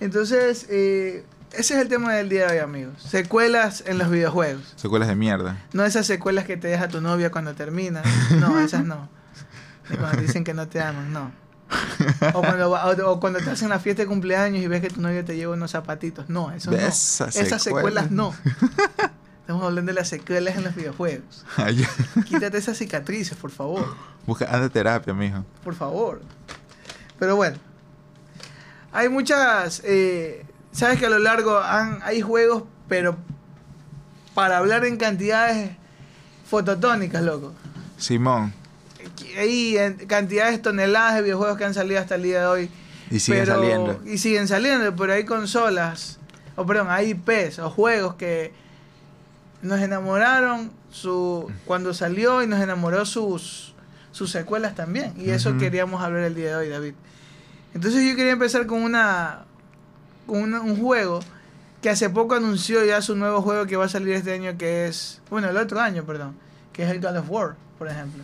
Speaker 1: Entonces, eh, ese es el tema del día de hoy, amigos. Secuelas en los videojuegos.
Speaker 2: Secuelas de mierda.
Speaker 1: No esas secuelas que te deja tu novia cuando terminas. No, esas no. Ni cuando te dicen que no te aman, no. O cuando, va- o- o cuando te hacen la fiesta de cumpleaños y ves que tu novio te lleva unos zapatitos. No, eso no.
Speaker 2: De esas
Speaker 1: Esas
Speaker 2: secuelas.
Speaker 1: secuelas no. Estamos hablando de las secuelas en los videojuegos.
Speaker 2: Ay,
Speaker 1: Quítate esas cicatrices, por favor.
Speaker 2: Busca, anda a terapia, mijo.
Speaker 1: Por favor. Pero bueno. Hay muchas. eh, Sabes que a lo largo han- hay juegos, pero para hablar en cantidades fototónicas, loco.
Speaker 2: Simón.
Speaker 1: Hay en- cantidades, toneladas de videojuegos que han salido hasta el día de hoy.
Speaker 2: Y sigue
Speaker 1: pero-
Speaker 2: saliendo.
Speaker 1: Y siguen saliendo, pero hay consolas, o perdón, hay IPs o juegos que nos enamoraron su cuando salió y nos enamoró sus, sus secuelas también. Y eso
Speaker 2: Ujú.
Speaker 1: queríamos hablar el día de hoy, David. Entonces yo quería empezar con una, con una- un juego que hace poco anunció ya su nuevo juego que va a salir este año, que es, bueno, el otro año, perdón, que es el God of War, por ejemplo.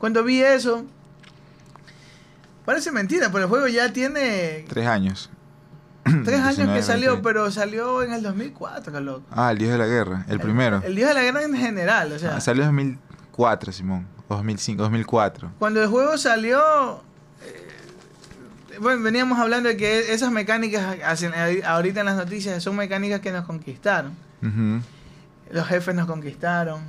Speaker 1: Cuando vi eso, parece mentira, pero el juego ya
Speaker 2: <clears throat>
Speaker 1: tiene
Speaker 2: Tres años.
Speaker 1: <clears throat> Tres años
Speaker 2: 19,
Speaker 1: que salió,
Speaker 2: 20.
Speaker 1: pero salió en el 2004, loco.
Speaker 2: Ah, el Dios de la Guerra. El primero.
Speaker 1: El Dios de la Guerra en general, o sea.
Speaker 2: Ah, salió en 2004, Simón. O 2005, 2004.
Speaker 1: Cuando el juego salió, eh, bueno, veníamos hablando de que esas mecánicas, hacen- ahorita en las noticias, son mecánicas que nos conquistaron.
Speaker 2: Ujú.
Speaker 1: Los jefes nos conquistaron.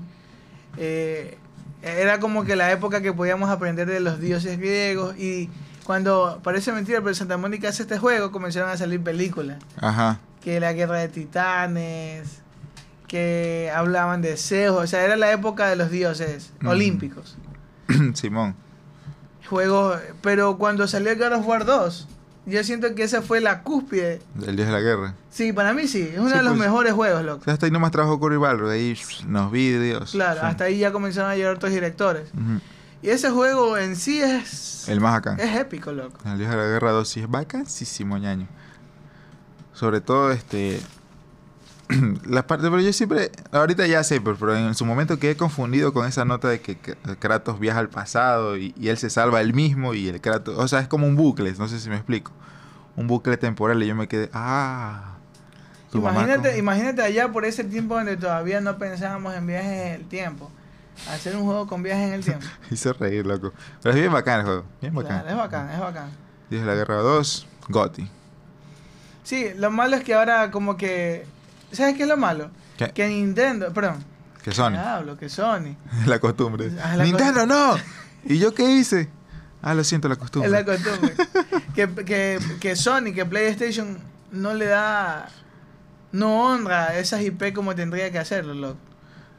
Speaker 1: Eh, era como que la época que podíamos aprender de los dioses griegos y cuando, parece mentira, pero Santa Mónica hace este juego, comenzaron a salir películas.
Speaker 2: Ajá. <clears throat>
Speaker 1: que la guerra de titanes, que hablaban de Zeus, o sea, era la época de los dioses
Speaker 2: Mm.
Speaker 1: olímpicos.
Speaker 2: Simón.
Speaker 1: Juegos, pero cuando salió God of War 2, yo siento que esa fue la cúspide.
Speaker 2: El Dios de la Guerra.
Speaker 1: Sí, para mí sí, es uno
Speaker 2: Sí,
Speaker 1: de los
Speaker 2: pues.
Speaker 1: mejores juegos,
Speaker 2: O
Speaker 1: loco.
Speaker 2: sea, hasta ahí nomás trabajó Cory Balro. De ahí psh, los vídeos.
Speaker 1: Claro, hasta ahí ya comenzaron a llegar otros directores. Y ese juego en sí es
Speaker 2: El más acá.
Speaker 1: es épico, loco.
Speaker 2: El Dios de la Guerra 2 sí es vacancísimo, ñaño. Sobre todo, este. <clears throat> Las partes, pero yo siempre, ahorita ya sé, pero, pero en su momento quedé confundido con esa nota de que K- Kratos viaja al pasado y, y él se salva él mismo y el Kratos, o sea, es como un bucle, no sé si me explico, un bucle temporal y yo me quedé, ah, tu mamá
Speaker 1: Imagínate,
Speaker 2: con-
Speaker 1: imagínate allá por ese tiempo donde todavía no pensábamos en viajes en el tiempo. Hacer un juego con viajes en el tiempo.
Speaker 2: <laughs> hizo reír, loco, pero es bien bacán el juego, bien <laughs> bacán.
Speaker 1: Claro, es bacán, es bacán.
Speaker 2: Dios de la Guerra 2, Gotti.
Speaker 1: Sí, lo malo es que ahora como que... ¿Sabes qué es lo malo?
Speaker 2: ¿Qué?
Speaker 1: Que Nintendo... Perdón.
Speaker 2: que Sony.
Speaker 1: Hablo, que Sony.
Speaker 2: <laughs> la costumbre.
Speaker 1: Ah, la
Speaker 2: Nintendo, no. ¿Y yo qué hice? Ah, lo siento, la
Speaker 1: Es
Speaker 2: costumbre.
Speaker 1: la
Speaker 2: <laughs>
Speaker 1: costumbre. que, que, que Sony, que PlayStation no le da... No honra esas IP como tendría que hacerlo, loco.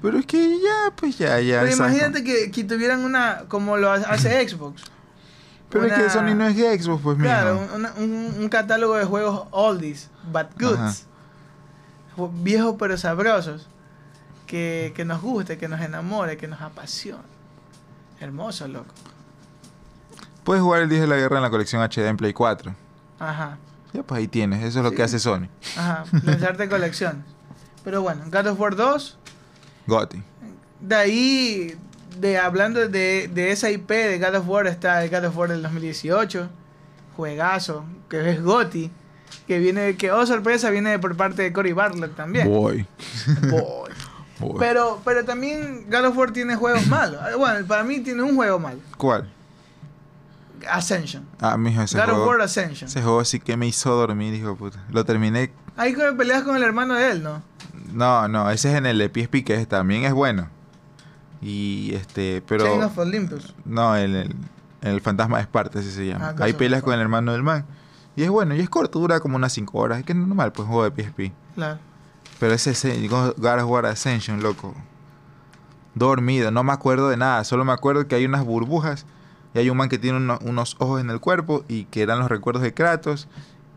Speaker 2: Pero es que ya, pues ya, ya.
Speaker 1: Pero
Speaker 2: exacto.
Speaker 1: imagínate que, que tuvieran una... Como lo
Speaker 2: <clears throat>
Speaker 1: hace Xbox.
Speaker 2: Pero es que
Speaker 1: una-
Speaker 2: Sony no es Xbox, pues mira.
Speaker 1: Claro, un, una- un- un catálogo de juegos oldies, but goods. Ju- Viejos pero sabrosos. Que, que nos guste, que nos enamore, que nos apasione. Hermoso, loco.
Speaker 2: Puedes jugar el 10 de la guerra en la colección HD en Play 4.
Speaker 1: Ajá,
Speaker 2: Ya, pues ahí tienes. Eso es lo
Speaker 1: Sí.
Speaker 2: que hace Sony. <laughs>
Speaker 1: ajá. Lanzarte colecciones. Pero bueno, God of War 2.
Speaker 2: Gotti.
Speaker 1: De ahí, de, hablando de, de esa IP de God of War, está el God of War del 2018. Juegazo, que es Gotti. Que viene, que oh sorpresa, viene por parte de Cory Bartlett también.
Speaker 2: Boy.
Speaker 1: Boy.
Speaker 2: Boy.
Speaker 1: Pero, pero también God of War tiene
Speaker 2: <clears throat>
Speaker 1: juegos malos. Ah, Bueno, para mí tiene un juego malo.
Speaker 2: ¿Cuál?
Speaker 1: Ascension.
Speaker 2: Ah, mijo, ese
Speaker 1: God of War
Speaker 2: juego.
Speaker 1: Ascension.
Speaker 2: Ese juego sí que me hizo dormir, hijo de puta. Lo terminé.
Speaker 1: Ahí que peleas con el hermano de él, ¿no?
Speaker 2: No, no, ese es en el de PSP que es- también es bueno. Y este, pero.
Speaker 1: Chain of Olympus.
Speaker 2: No, el, el, el fantasma de Esparta, así se llama.
Speaker 1: Ah,
Speaker 2: Hay
Speaker 1: cosa,
Speaker 2: peleas
Speaker 1: cosa.
Speaker 2: con el hermano del man. Y es bueno, y es corto, dura como unas 5 horas. Es que es normal, pues, juego de PSP.
Speaker 1: Claro.
Speaker 2: Pero ese Ascen- God of War Ascension, loco. Dormido, no me acuerdo de nada. Solo me acuerdo que hay unas burbujas. Y hay un man que tiene uno- unos ojos en el cuerpo. Y que eran los recuerdos de Kratos.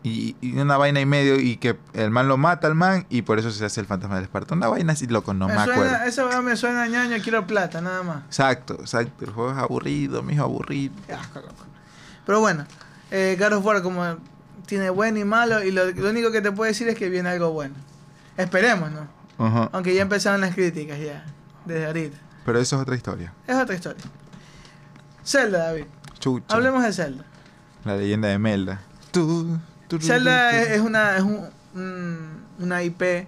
Speaker 2: Y, y una vaina y medio. Y que el man lo mata al man. Y por eso se hace el fantasma de Esparta. Una vaina así, loco, no me,
Speaker 1: me
Speaker 2: acuerdo.
Speaker 1: suena, eso ah, me suena a ñaño, quiero plata, nada más.
Speaker 2: Exacto, exacto. El juego es aburrido, mijo, aburrido.
Speaker 1: Qué asco, loco. Pero bueno, eh, God of War, como tiene bueno y malo y lo, lo único que te puedo decir es que viene algo bueno. Esperemos, ¿no?
Speaker 2: Ajá.
Speaker 1: Aunque ya empezaron las críticas ya, desde ahorita.
Speaker 2: Pero eso es otra historia.
Speaker 1: Es otra historia. Zelda, David.
Speaker 2: Chucha.
Speaker 1: Hablemos de Zelda.
Speaker 2: La leyenda de Melda. Tú, tú, tú,
Speaker 1: Zelda
Speaker 2: tú, tú.
Speaker 1: es, es una es un- un- una IP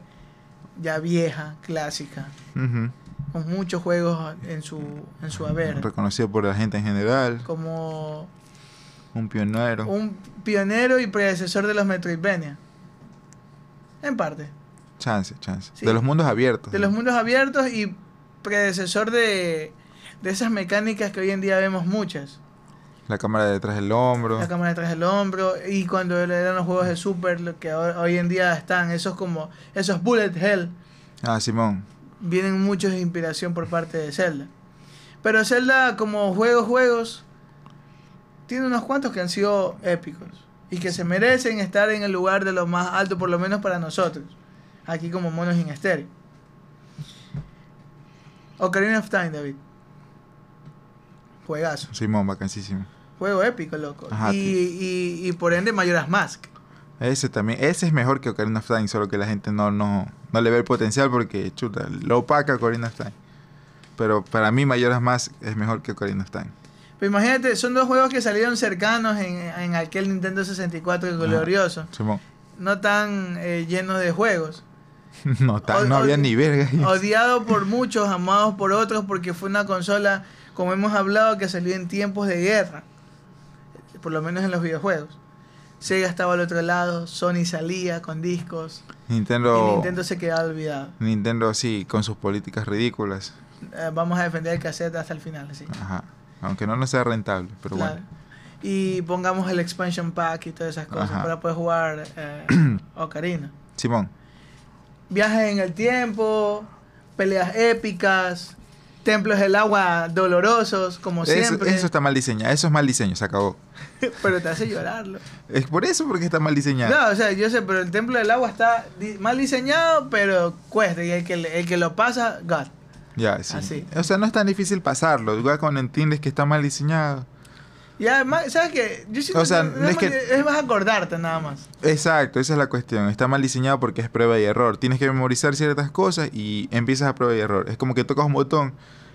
Speaker 1: ya vieja, clásica,
Speaker 2: Ujú.
Speaker 1: con muchos juegos en su en su haber,
Speaker 2: Reconocido por la gente en general.
Speaker 1: como
Speaker 2: Un pionero.
Speaker 1: un pionero y predecesor de los Metroidvania. En parte,
Speaker 2: Chance, chance.
Speaker 1: Sí.
Speaker 2: De los mundos abiertos.
Speaker 1: de los mundos abiertos y predecesor de de esas mecánicas que hoy en día vemos muchas.
Speaker 2: La cámara detrás del hombro.
Speaker 1: La cámara detrás del hombro y cuando eran los juegos de Super lo que ahora- hoy en día están esos como esos bullet hell
Speaker 2: Ah, Simón.
Speaker 1: vienen muchos de inspiración por parte de Zelda. Pero Zelda, como juegos, juegos, tiene unos cuantos que han sido épicos y que se merecen estar en el lugar de lo más alto, por lo menos para nosotros, aquí como monos en estéreo. Ocarina of Time, David. Juegazo.
Speaker 2: Simón, vacancísimo.
Speaker 1: Juego épico, loco.
Speaker 2: Ajá,
Speaker 1: y, y, y por ende, Mayoras Mask.
Speaker 2: Ese también. Ese es mejor que Ocarina of Time, solo que la gente no, no, no le ve el potencial porque, chuta, lo opaca Ocarina of Time. Pero para mí, Mayoras Más es mejor que Ocarina of Time.
Speaker 1: Pero imagínate, son dos juegos que salieron cercanos en, en aquel Nintendo 64 glorioso.
Speaker 2: Simón. <laughs>
Speaker 1: no tan eh, lleno de juegos.
Speaker 2: No, tan- no
Speaker 1: O-
Speaker 2: había
Speaker 1: o-
Speaker 2: ni verga. ahí.
Speaker 1: Odiado por muchos, amado por otros, porque fue una consola, como hemos hablado, que salió en tiempos de guerra. Por lo menos en los videojuegos. Sega estaba al otro lado, Sony salía con discos y
Speaker 2: Nintendo.
Speaker 1: Nintendo se quedaba olvidado.
Speaker 2: Nintendo sí, con sus políticas ridículas.
Speaker 1: Eh, vamos a defender el cassette hasta el final, así.
Speaker 2: Ajá. Aunque no nos sea rentable, pero
Speaker 1: Claro.
Speaker 2: bueno.
Speaker 1: Y pongamos el expansion pack y todas esas cosas
Speaker 2: Ajá.
Speaker 1: para poder jugar eh,
Speaker 2: <clears throat>
Speaker 1: Ocarina.
Speaker 2: Simón,
Speaker 1: viajes en el tiempo, peleas épicas, templos del agua dolorosos, como
Speaker 2: eso,
Speaker 1: siempre.
Speaker 2: eso está mal diseñado. Eso es mal diseño, se acabó.
Speaker 1: <laughs> Pero te hace llorarlo.
Speaker 2: Es por eso porque está mal diseñado.
Speaker 1: No, o sea, yo sé, pero el templo del agua está di- mal diseñado, pero cuesta. Y el que, le- el que lo pasa, God.
Speaker 2: Ya, sí.
Speaker 1: Así.
Speaker 2: O sea, no es tan difícil pasarlo. Igual cuando entiendes que está mal diseñado.
Speaker 1: Y además, ¿sabes qué? Yo siento
Speaker 2: O sea,
Speaker 1: que
Speaker 2: no
Speaker 1: más-
Speaker 2: es que-
Speaker 1: es más acordarte nada más.
Speaker 2: Exacto, esa es la cuestión. Está mal diseñado porque es prueba y error. Tienes que memorizar ciertas cosas y empiezas a prueba y error. Es como que tocas un botón,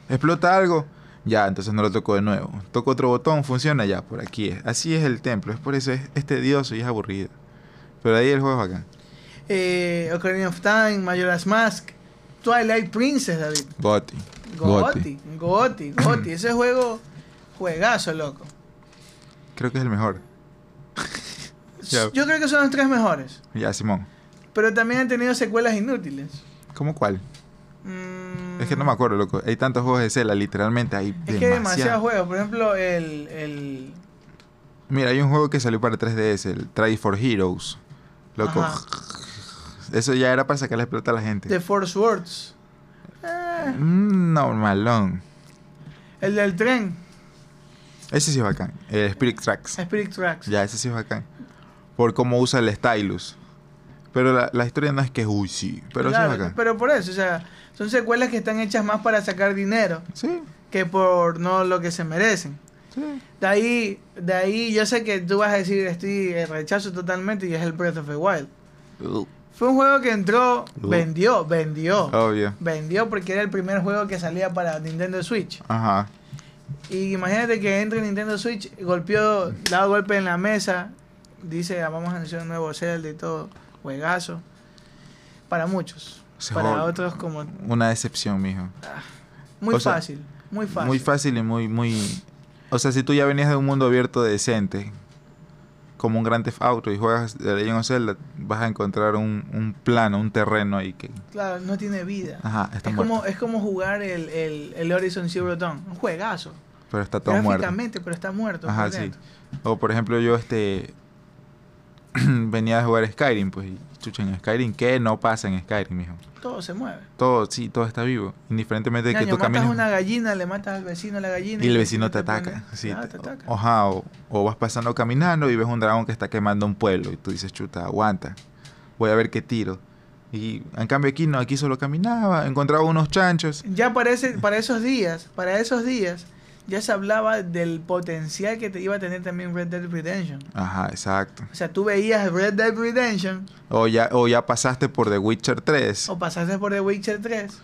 Speaker 2: explota algo, ya, entonces no lo toco de nuevo. Toco otro botón, funciona ya, por aquí es. Así es el templo. Es por eso es, es tedioso y es aburrido. Pero ahí el juego es bacán.
Speaker 1: Eh, Ocarina of Time, Majora's Mask, Twilight Princess, David.
Speaker 2: Goti.
Speaker 1: Goti, Goti, Goti. Ese juego, juegazo, loco.
Speaker 2: Creo que es el mejor. Ya.
Speaker 1: Yo creo que son los tres mejores.
Speaker 2: Ya, Simón.
Speaker 1: Pero también han tenido secuelas inútiles.
Speaker 2: ¿Cómo cuál?
Speaker 1: Mm,
Speaker 2: Es que no me acuerdo, loco. Hay tantos juegos de Zelda, literalmente. Hay
Speaker 1: Es que hay demasiados
Speaker 2: demasiado.
Speaker 1: juegos. Por ejemplo, el, el-
Speaker 2: Mira, hay un juego que salió para 3DS, el Try for Heroes. Loco.
Speaker 1: Ajá.
Speaker 2: Eso ya era para sacarle plata a la gente.
Speaker 1: The Force Words. Eh,
Speaker 2: Mm, Normalón.
Speaker 1: el del tren,
Speaker 2: Ese sí es bacán. El Spirit Tracks.
Speaker 1: Spirit Tracks.
Speaker 2: Ya, ese sí es bacán. Por cómo usa el stylus. Pero la, la historia no es que es uy, sí. Pero
Speaker 1: Claro,
Speaker 2: sí es bacán.
Speaker 1: pero por eso, o sea, son secuelas que están hechas más para sacar dinero
Speaker 2: Sí,
Speaker 1: que por no lo que se merecen.
Speaker 2: sí.
Speaker 1: De ahí, de ahí yo sé que tú vas a decir, estoy eh, rechazo totalmente y es el Breath of the Wild. Fue un juego que entró,
Speaker 2: Uh.
Speaker 1: vendió, vendió.
Speaker 2: Obvio.
Speaker 1: Vendió porque era el primer juego que salía para Nintendo Switch.
Speaker 2: Ajá.
Speaker 1: Y imagínate que entre Nintendo Switch, golpeó, da golpe en la mesa, dice, "Ah, vamos a anunciar un nuevo Zelda y todo, juegazo. Para muchos,
Speaker 2: Se
Speaker 1: para
Speaker 2: jod-
Speaker 1: otros como
Speaker 2: Una decepción, mijo.
Speaker 1: muy
Speaker 2: O sea,
Speaker 1: fácil, muy fácil.
Speaker 2: Muy fácil y muy, muy... O sea, si tú ya venías de un mundo abierto decente, como un Grand Theft Auto, y juegas The Legend of Zelda, vas a encontrar un, un plano, un terreno ahí que...
Speaker 1: Claro, no tiene vida.
Speaker 2: Ajá, Ah, está
Speaker 1: es,
Speaker 2: muerto.
Speaker 1: como, es como jugar el, el, el Horizon Zero Dawn, un juegazo.
Speaker 2: Pero está todo muerto.
Speaker 1: Gráficamente, pero está muerto.
Speaker 2: Ajá,
Speaker 1: por
Speaker 2: sí.
Speaker 1: dentro.
Speaker 2: O por ejemplo, yo este <clears throat> venía a jugar Skyrim, pues y, chucha en Skyrim, ¿qué no pasa en Skyrim, mijo?
Speaker 1: Todo se mueve.
Speaker 2: Todo, sí, todo está vivo, indiferentemente de que
Speaker 1: Ñaño,
Speaker 2: tú
Speaker 1: matas
Speaker 2: camines
Speaker 1: una gallina, le matas al vecino la gallina.
Speaker 2: y el vecino te
Speaker 1: pone-
Speaker 2: ataca, sí,
Speaker 1: Claro,
Speaker 2: te-
Speaker 1: Ah, te ataca.
Speaker 2: Ajá, o, o vas pasando caminando y ves un dragón que está quemando un pueblo y tú dices, "Chuta, aguanta. Voy a ver qué tiro." Y en cambio aquí no, aquí solo caminaba, encontraba unos chanchos.
Speaker 1: Ya parece, para esos días, para esos días, ya se hablaba del potencial que te iba a tener también Red Dead Redemption.
Speaker 2: Ajá, exacto.
Speaker 1: O sea, tú veías Red Dead Redemption
Speaker 2: O ya, o ya pasaste por The Witcher 3
Speaker 1: o pasaste por The Witcher 3.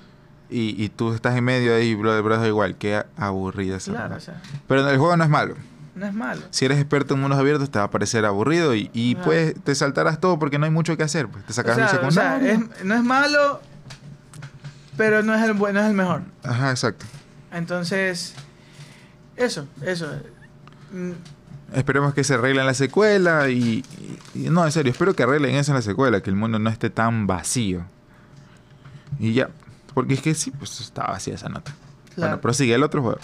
Speaker 2: y, y tú estás en medio ahí, brother, brother, igual. Qué aburrida esa
Speaker 1: Claro,
Speaker 2: vaina.
Speaker 1: o sea,
Speaker 2: Pero el juego no es malo.
Speaker 1: no es malo.
Speaker 2: Si eres experto en mundos abiertos, te va a parecer aburrido y, y
Speaker 1: Ajá.
Speaker 2: pues te saltarás todo porque no hay mucho que hacer. Pues. Te
Speaker 1: O
Speaker 2: sacas
Speaker 1: sea,
Speaker 2: el
Speaker 1: o sea,
Speaker 2: secundario.
Speaker 1: es- no es malo, pero no es el bueno, no es el mejor.
Speaker 2: Ajá, exacto.
Speaker 1: Entonces, eso, eso. Mm,
Speaker 2: Esperemos que se arreglen la secuela y, y- y- No, en serio, espero que arreglen eso en la secuela, que el mundo no esté tan vacío. Y ya. Porque es que sí, pues está vacía esa nota.
Speaker 1: claro.
Speaker 2: Bueno, prosigue el otro juego.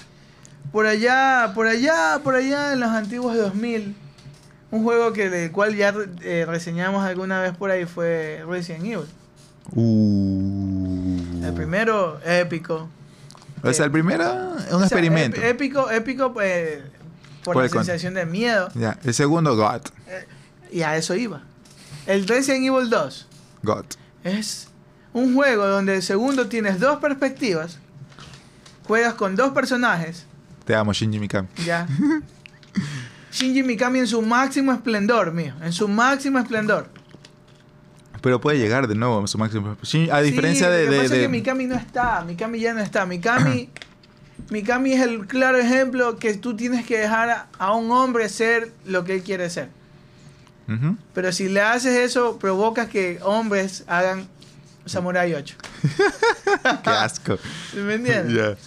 Speaker 1: Por allá, por allá, por allá en los antiguos 2000, un juego que del cual ya eh, reseñamos alguna vez por ahí fue Resident Evil.
Speaker 2: Uh.
Speaker 1: El primero, épico.
Speaker 2: O sea, el primero es un
Speaker 1: O sea, eh,
Speaker 2: experimento.
Speaker 1: ép- épico, épico pues, por,
Speaker 2: Por
Speaker 1: la
Speaker 2: el con-
Speaker 1: sensación de miedo.
Speaker 2: Ya, el segundo, God.
Speaker 1: Y a eso iba. El Resident Evil 2
Speaker 2: God.
Speaker 1: es un juego donde segundo tienes dos perspectivas, juegas con dos personajes,
Speaker 2: Te amo, Shinji Mikami. <laughs>
Speaker 1: ya. Shinji Mikami en su máximo esplendor, mío, en su máximo esplendor.
Speaker 2: Pero puede llegar de nuevo a su máximo. Shin- A
Speaker 1: Sí,
Speaker 2: diferencia de.
Speaker 1: lo que
Speaker 2: de-
Speaker 1: pasa es
Speaker 2: de-
Speaker 1: que Mikami no está, Mikami ya no está,
Speaker 2: <clears throat>
Speaker 1: Mikami Mikami es el claro ejemplo que tú tienes que dejar a, a un hombre ser lo que él quiere ser.
Speaker 2: Ujú.
Speaker 1: Pero si le haces eso, provocas que hombres hagan Samurai 8.
Speaker 2: Qué asco.
Speaker 1: ¿Me entiendes?
Speaker 2: <laughs> Ya.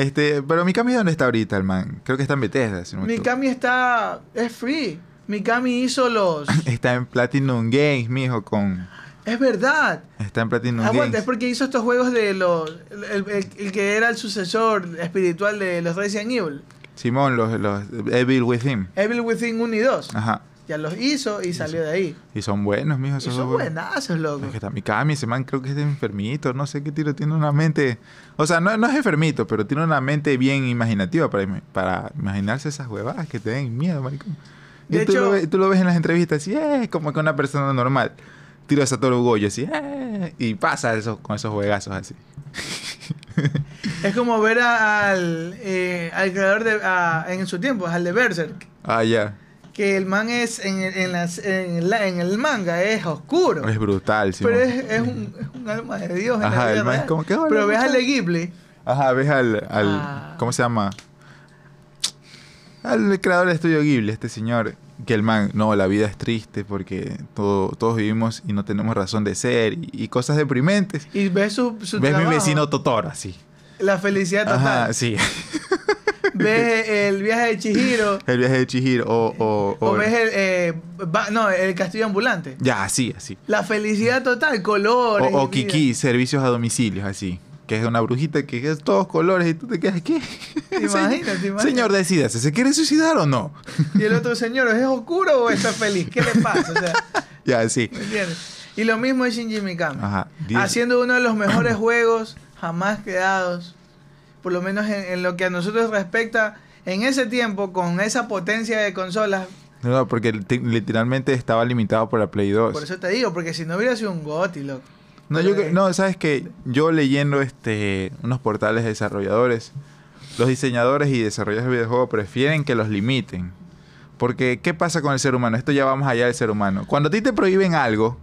Speaker 2: Este, pero Mikami, ¿dónde está ahorita el man? Creo que está en Bethesda. Si no me equivoco.
Speaker 1: Mikami está. es free. Mikami hizo
Speaker 2: <clears throat>
Speaker 1: los.
Speaker 2: <laughs> Está en Platinum Games, mijo, con...
Speaker 1: es verdad.
Speaker 2: Está en Platinum
Speaker 1: Aguanta, es
Speaker 2: Games.
Speaker 1: porque hizo estos juegos de los. El, el- el que era el sucesor espiritual de los Resident Evil.
Speaker 2: Simón, los, los Evil Within.
Speaker 1: Evil Within 1 y 2.
Speaker 2: Ajá.
Speaker 1: Ya los hizo y salió de ahí.
Speaker 2: Y son buenos, mijo.
Speaker 1: Y
Speaker 2: Esos
Speaker 1: son pues.
Speaker 2: dos juegos.
Speaker 1: buenazos, loco.
Speaker 2: Es que está Mikami, ese man creo que es enfermito, no sé qué tiro, tiene una mente... O sea, no, no es enfermito, pero tiene una mente bien imaginativa para, im- para imaginarse esas huevadas que te den miedo, maricón. Y
Speaker 1: De
Speaker 2: tú,
Speaker 1: hecho-
Speaker 2: lo ves, tú lo ves en las entrevistas así, eh, como que una persona normal. Tiro a Satoru Goyo así, eh, y pasa eso, con esos juegazos así.
Speaker 1: Es como ver a- al, eh, al creador de, a- en su tiempo, al de Berserk.
Speaker 2: Ah, ya.
Speaker 1: Que el man es en, el- en las- en la- en el manga, es oscuro.
Speaker 2: Es brutal, sí.
Speaker 1: Pero es, es un, es un alma de Dios. en
Speaker 2: Ajá,
Speaker 1: la
Speaker 2: el
Speaker 1: vida
Speaker 2: man es
Speaker 1: real.
Speaker 2: como que, "Hola,
Speaker 1: Pero ves al de
Speaker 2: muchacho".
Speaker 1: Ghibli.
Speaker 2: Ajá, ves al, al
Speaker 1: Ah.
Speaker 2: ¿cómo se llama? Al creador del estudio Ghibli, este señor, que el man, no, la vida es triste porque todo, todos vivimos y no tenemos razón de ser y, y cosas deprimentes.
Speaker 1: Y ves su, su
Speaker 2: ves
Speaker 1: trabajo,
Speaker 2: mi vecino Totoro, así.
Speaker 1: La felicidad total.
Speaker 2: Ajá, sí. <laughs>
Speaker 1: Ves el viaje de Chihiro.
Speaker 2: El viaje de Chihiro o... o,
Speaker 1: o
Speaker 2: o-
Speaker 1: ves el, eh, ba- no, el castillo ambulante.
Speaker 2: Ya, así, así.
Speaker 1: La felicidad total,
Speaker 2: O,
Speaker 1: colores.
Speaker 2: o
Speaker 1: y vida.
Speaker 2: Kiki, servicios a domicilios, así. Que es una brujita que es todos colores y tú te quedas <laughs> aquí.
Speaker 1: imaginas, te imaginas.
Speaker 2: Señor, decídase, ¿se quiere suicidar o no?
Speaker 1: Y el otro señor, ¿es oscuro o está feliz? ¿Qué le pasa? O sea,
Speaker 2: ya, sí.
Speaker 1: ¿me entiendes? Y lo mismo es Shinji Mikami.
Speaker 2: Ajá. Dice-
Speaker 1: haciendo uno de los mejores <clears throat> juegos jamás creados, por lo menos en, en lo que a nosotros respecta, en ese tiempo, con esa potencia de consolas.
Speaker 2: No, no, porque te- literalmente estaba limitado por la Play 2.
Speaker 1: Por eso te digo, porque si no hubiera sido un GOTY, loco.
Speaker 2: no, yo, que- no, sabes que yo leyendo este unos portales de desarrolladores, los diseñadores y desarrolladores de videojuegos prefieren que los limiten. Porque, ¿qué pasa con el ser humano? Esto ya vamos allá del ser humano. Cuando a ti te prohíben algo,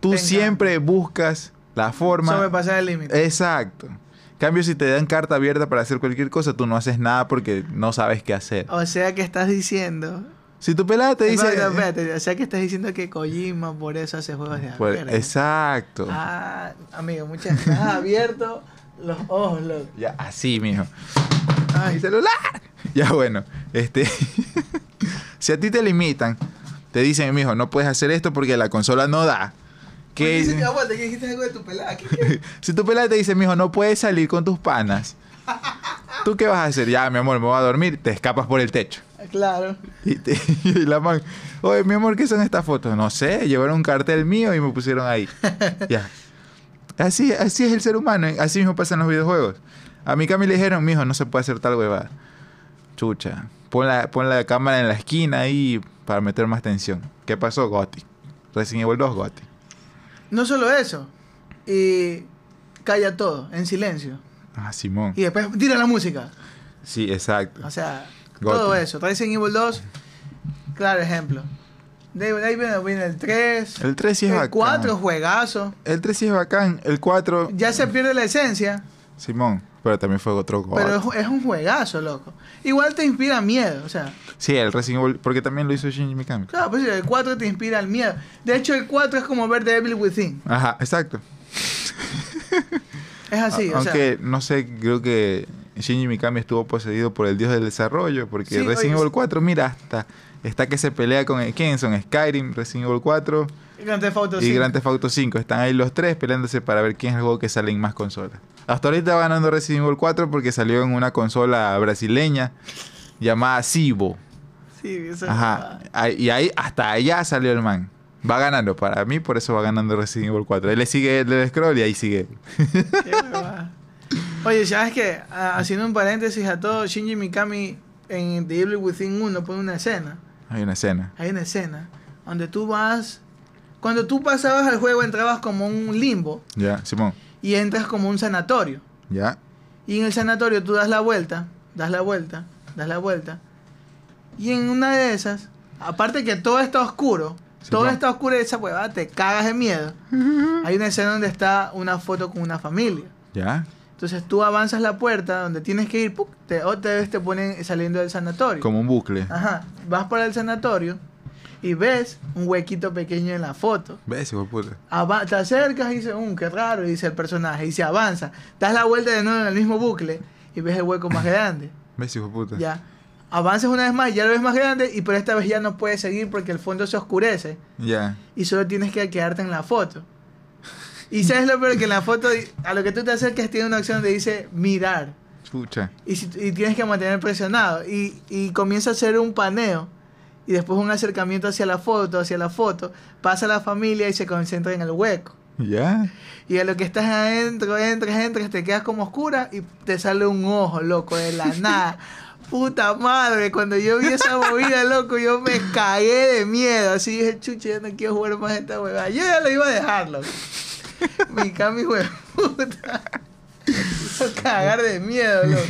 Speaker 2: tú
Speaker 1: Venga.
Speaker 2: siempre buscas la forma...
Speaker 1: Sobrepasar el
Speaker 2: Eh.
Speaker 1: límite.
Speaker 2: Exacto. En cambio, si te dan carta abierta para hacer cualquier cosa, tú no haces nada porque no sabes qué hacer.
Speaker 1: O sea que estás diciendo.
Speaker 2: Si tu pelada te dice... eh.
Speaker 1: Espérate, espérate, o sea que estás diciendo que Kojima por eso hace juegos de
Speaker 2: Pues,
Speaker 1: verga.
Speaker 2: exacto.
Speaker 1: Ah, amigo, muchas gracias. Has abierto los ojos, loco.
Speaker 2: Ya, así, mijo. ¡Mi
Speaker 1: Ay,
Speaker 2: celular! Ya, bueno. Este... <laughs> si a ti te limitan, te dicen, mijo, no puedes hacer esto porque la consola no da.
Speaker 1: ¿Qué?
Speaker 2: Que...
Speaker 1: Aguanta, ¿qué dijiste algo de tu pelada? ¿Qué- qué?
Speaker 2: <laughs> si tu pelada te dice, mijo, no puedes salir con tus panas. ¿Tú qué vas a hacer? Ya, mi amor, me voy a dormir. Te escapas por el techo. <laughs>
Speaker 1: Claro.
Speaker 2: Y, te- <laughs> y la man, oye, mi amor, ¿qué son estas fotos? No sé, llevaron un cartel mío y me
Speaker 1: <laughs>
Speaker 2: pusieron ahí. ya. Así, así es el ser humano, ¿eh? así mismo pasa en los videojuegos. A mi Cami le dijeron, mijo, no se puede hacer tal huevada. Chucha, pon la, pon la cámara en la esquina ahí para meter más tensión. ¿Qué pasó, Gotti? Resident Evil 2, Gotti.
Speaker 1: No solo eso. Y calla todo, en silencio.
Speaker 2: Ah, Simón.
Speaker 1: Y después tira la música.
Speaker 2: Sí, exacto.
Speaker 1: O sea,
Speaker 2: Gotti.
Speaker 1: todo eso. Resident Evil 2, claro ejemplo. De de ahí viene, viene el 3,
Speaker 2: El 3 sí es
Speaker 1: el
Speaker 2: bacán.
Speaker 1: 4, juegazo.
Speaker 2: El 3 sí es bacán. El 4,
Speaker 1: Ya se pierde la esencia,
Speaker 2: Simón. Pero también fue otro God.
Speaker 1: pero es, es un juegazo, loco. Igual te inspira miedo, o sea,
Speaker 2: Sí, el Resident Evil. Porque también lo hizo Shinji Mikami.
Speaker 1: claro, pues el 4 te inspira el miedo. De hecho, el 4 es como ver The Evil Within.
Speaker 2: Ajá, exacto.
Speaker 1: Es así,
Speaker 2: A-
Speaker 1: Ah, o sea.
Speaker 2: Aunque no sé, creo que Shinji Mikami estuvo poseído por el dios del desarrollo. Porque
Speaker 1: Sí,
Speaker 2: Resident
Speaker 1: oye,
Speaker 2: Evil 4, mira, hasta está que se pelea con. eh, ¿Quiénes son? Skyrim, Resident Evil 4
Speaker 1: Grand Theft Auto
Speaker 2: y
Speaker 1: 5.
Speaker 2: Grand Theft Auto 5. Están ahí los tres peleándose para ver quién es el juego que sale en más consolas. Hasta ahorita va ganando Resident Evil 4 porque salió en una consola brasileña llamada Cibo.
Speaker 1: Sí, eso-
Speaker 2: Ajá. Ahí- Y ahí, hasta allá salió el man. Va ganando. Para mí, por eso va ganando Resident Evil 4. Él le sigue el del scroll y ahí sigue.
Speaker 1: Qué huevada. Oye, ¿sabes qué? Ah, Haciendo un paréntesis a todo, Shinji Mikami en The Evil Within 1 pone una escena.
Speaker 2: Hay una escena.
Speaker 1: Hay una escena donde tú vas. Cuando tú pasabas al juego, entrabas como un limbo
Speaker 2: Ya, Simón.
Speaker 1: y entras como un sanatorio.
Speaker 2: Ya.
Speaker 1: Y en el sanatorio tú das la vuelta, das la vuelta, das la vuelta. Y en una de esas, aparte que todo está oscuro,
Speaker 2: Sí,
Speaker 1: todo
Speaker 2: no.
Speaker 1: está oscuro y esa huevada te cagas de
Speaker 2: <laughs>
Speaker 1: miedo. Hay una escena donde está una foto con una familia.
Speaker 2: Ya.
Speaker 1: Entonces tú avanzas la puerta donde tienes que ir, ¡puc! te, otra vez te ponen saliendo del sanatorio.
Speaker 2: Como un bucle.
Speaker 1: Ajá, vas para el sanatorio y ves un huequito pequeño en la foto.
Speaker 2: ¿Ves, hijo de puta?
Speaker 1: Ava- te acercas y dices, um, qué raro, y dice el personaje, y se avanza. Das la vuelta de nuevo en el mismo bucle y ves el hueco más grande.
Speaker 2: ¿Ves, hijo de puta?
Speaker 1: Ya. Avanzas una vez más, ya lo ves más grande, y pero esta vez ya no puedes seguir porque el fondo se oscurece
Speaker 2: Ya.
Speaker 1: y solo tienes que quedarte en la foto. Y sabes lo peor que en la foto, di- a lo que tú te acercas, tiene una opción donde dice mirar.
Speaker 2: Chucha.
Speaker 1: Y, si- y tienes que mantener presionado. Y, y comienza a hacer un paneo. Y después un acercamiento hacia la foto, hacia la foto. Pasa la familia y se concentra en el hueco.
Speaker 2: Ya.
Speaker 1: Y a lo que estás adentro, entras, entras, te quedas como oscura y te sale un ojo, loco, de la nada. Puta madre, cuando yo vi esa movida, loco, yo me cagué de miedo. Así dije, chuche, yo no quiero jugar más a esta huevada. Yo ya lo iba a dejar, loco. Mi cami, huevón, puta. Hizo cagar de miedo, loco.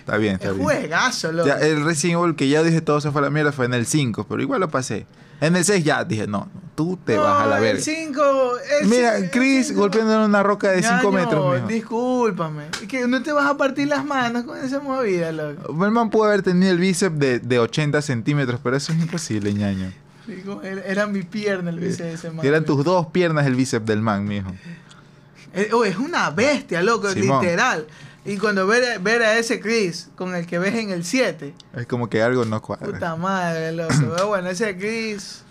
Speaker 2: Está bien, está
Speaker 1: Es
Speaker 2: bien.
Speaker 1: juegazo, loco.
Speaker 2: Ya, el Resident Evil que ya dije todo se fue a la mierda fue en el 5, pero igual lo pasé. En el 6 ya dije, no, tú te vas a este, la
Speaker 1: No,
Speaker 2: verga.
Speaker 1: El 5.
Speaker 2: Mira, Chris golpeando una roca de 5 metros. mijo.
Speaker 1: Discúlpame. Es que no te vas a partir las manos con esa movida, loco.
Speaker 2: El man pudo haber tenido el bíceps de, de 80 centímetros, pero eso es imposible, ñaño.
Speaker 1: Digo, era- Era mi pierna el bíceps de ese man.
Speaker 2: Eran tus dos piernas el bíceps del man, mijo.
Speaker 1: Eh, oh, es una bestia, loco,
Speaker 2: Simón.
Speaker 1: literal. Y cuando ver, ver a ese Chris con el que ves en el 7,
Speaker 2: Es como que algo no cuadra.
Speaker 1: puta madre,
Speaker 2: <clears throat>
Speaker 1: loco. Pero bueno, ese Chris.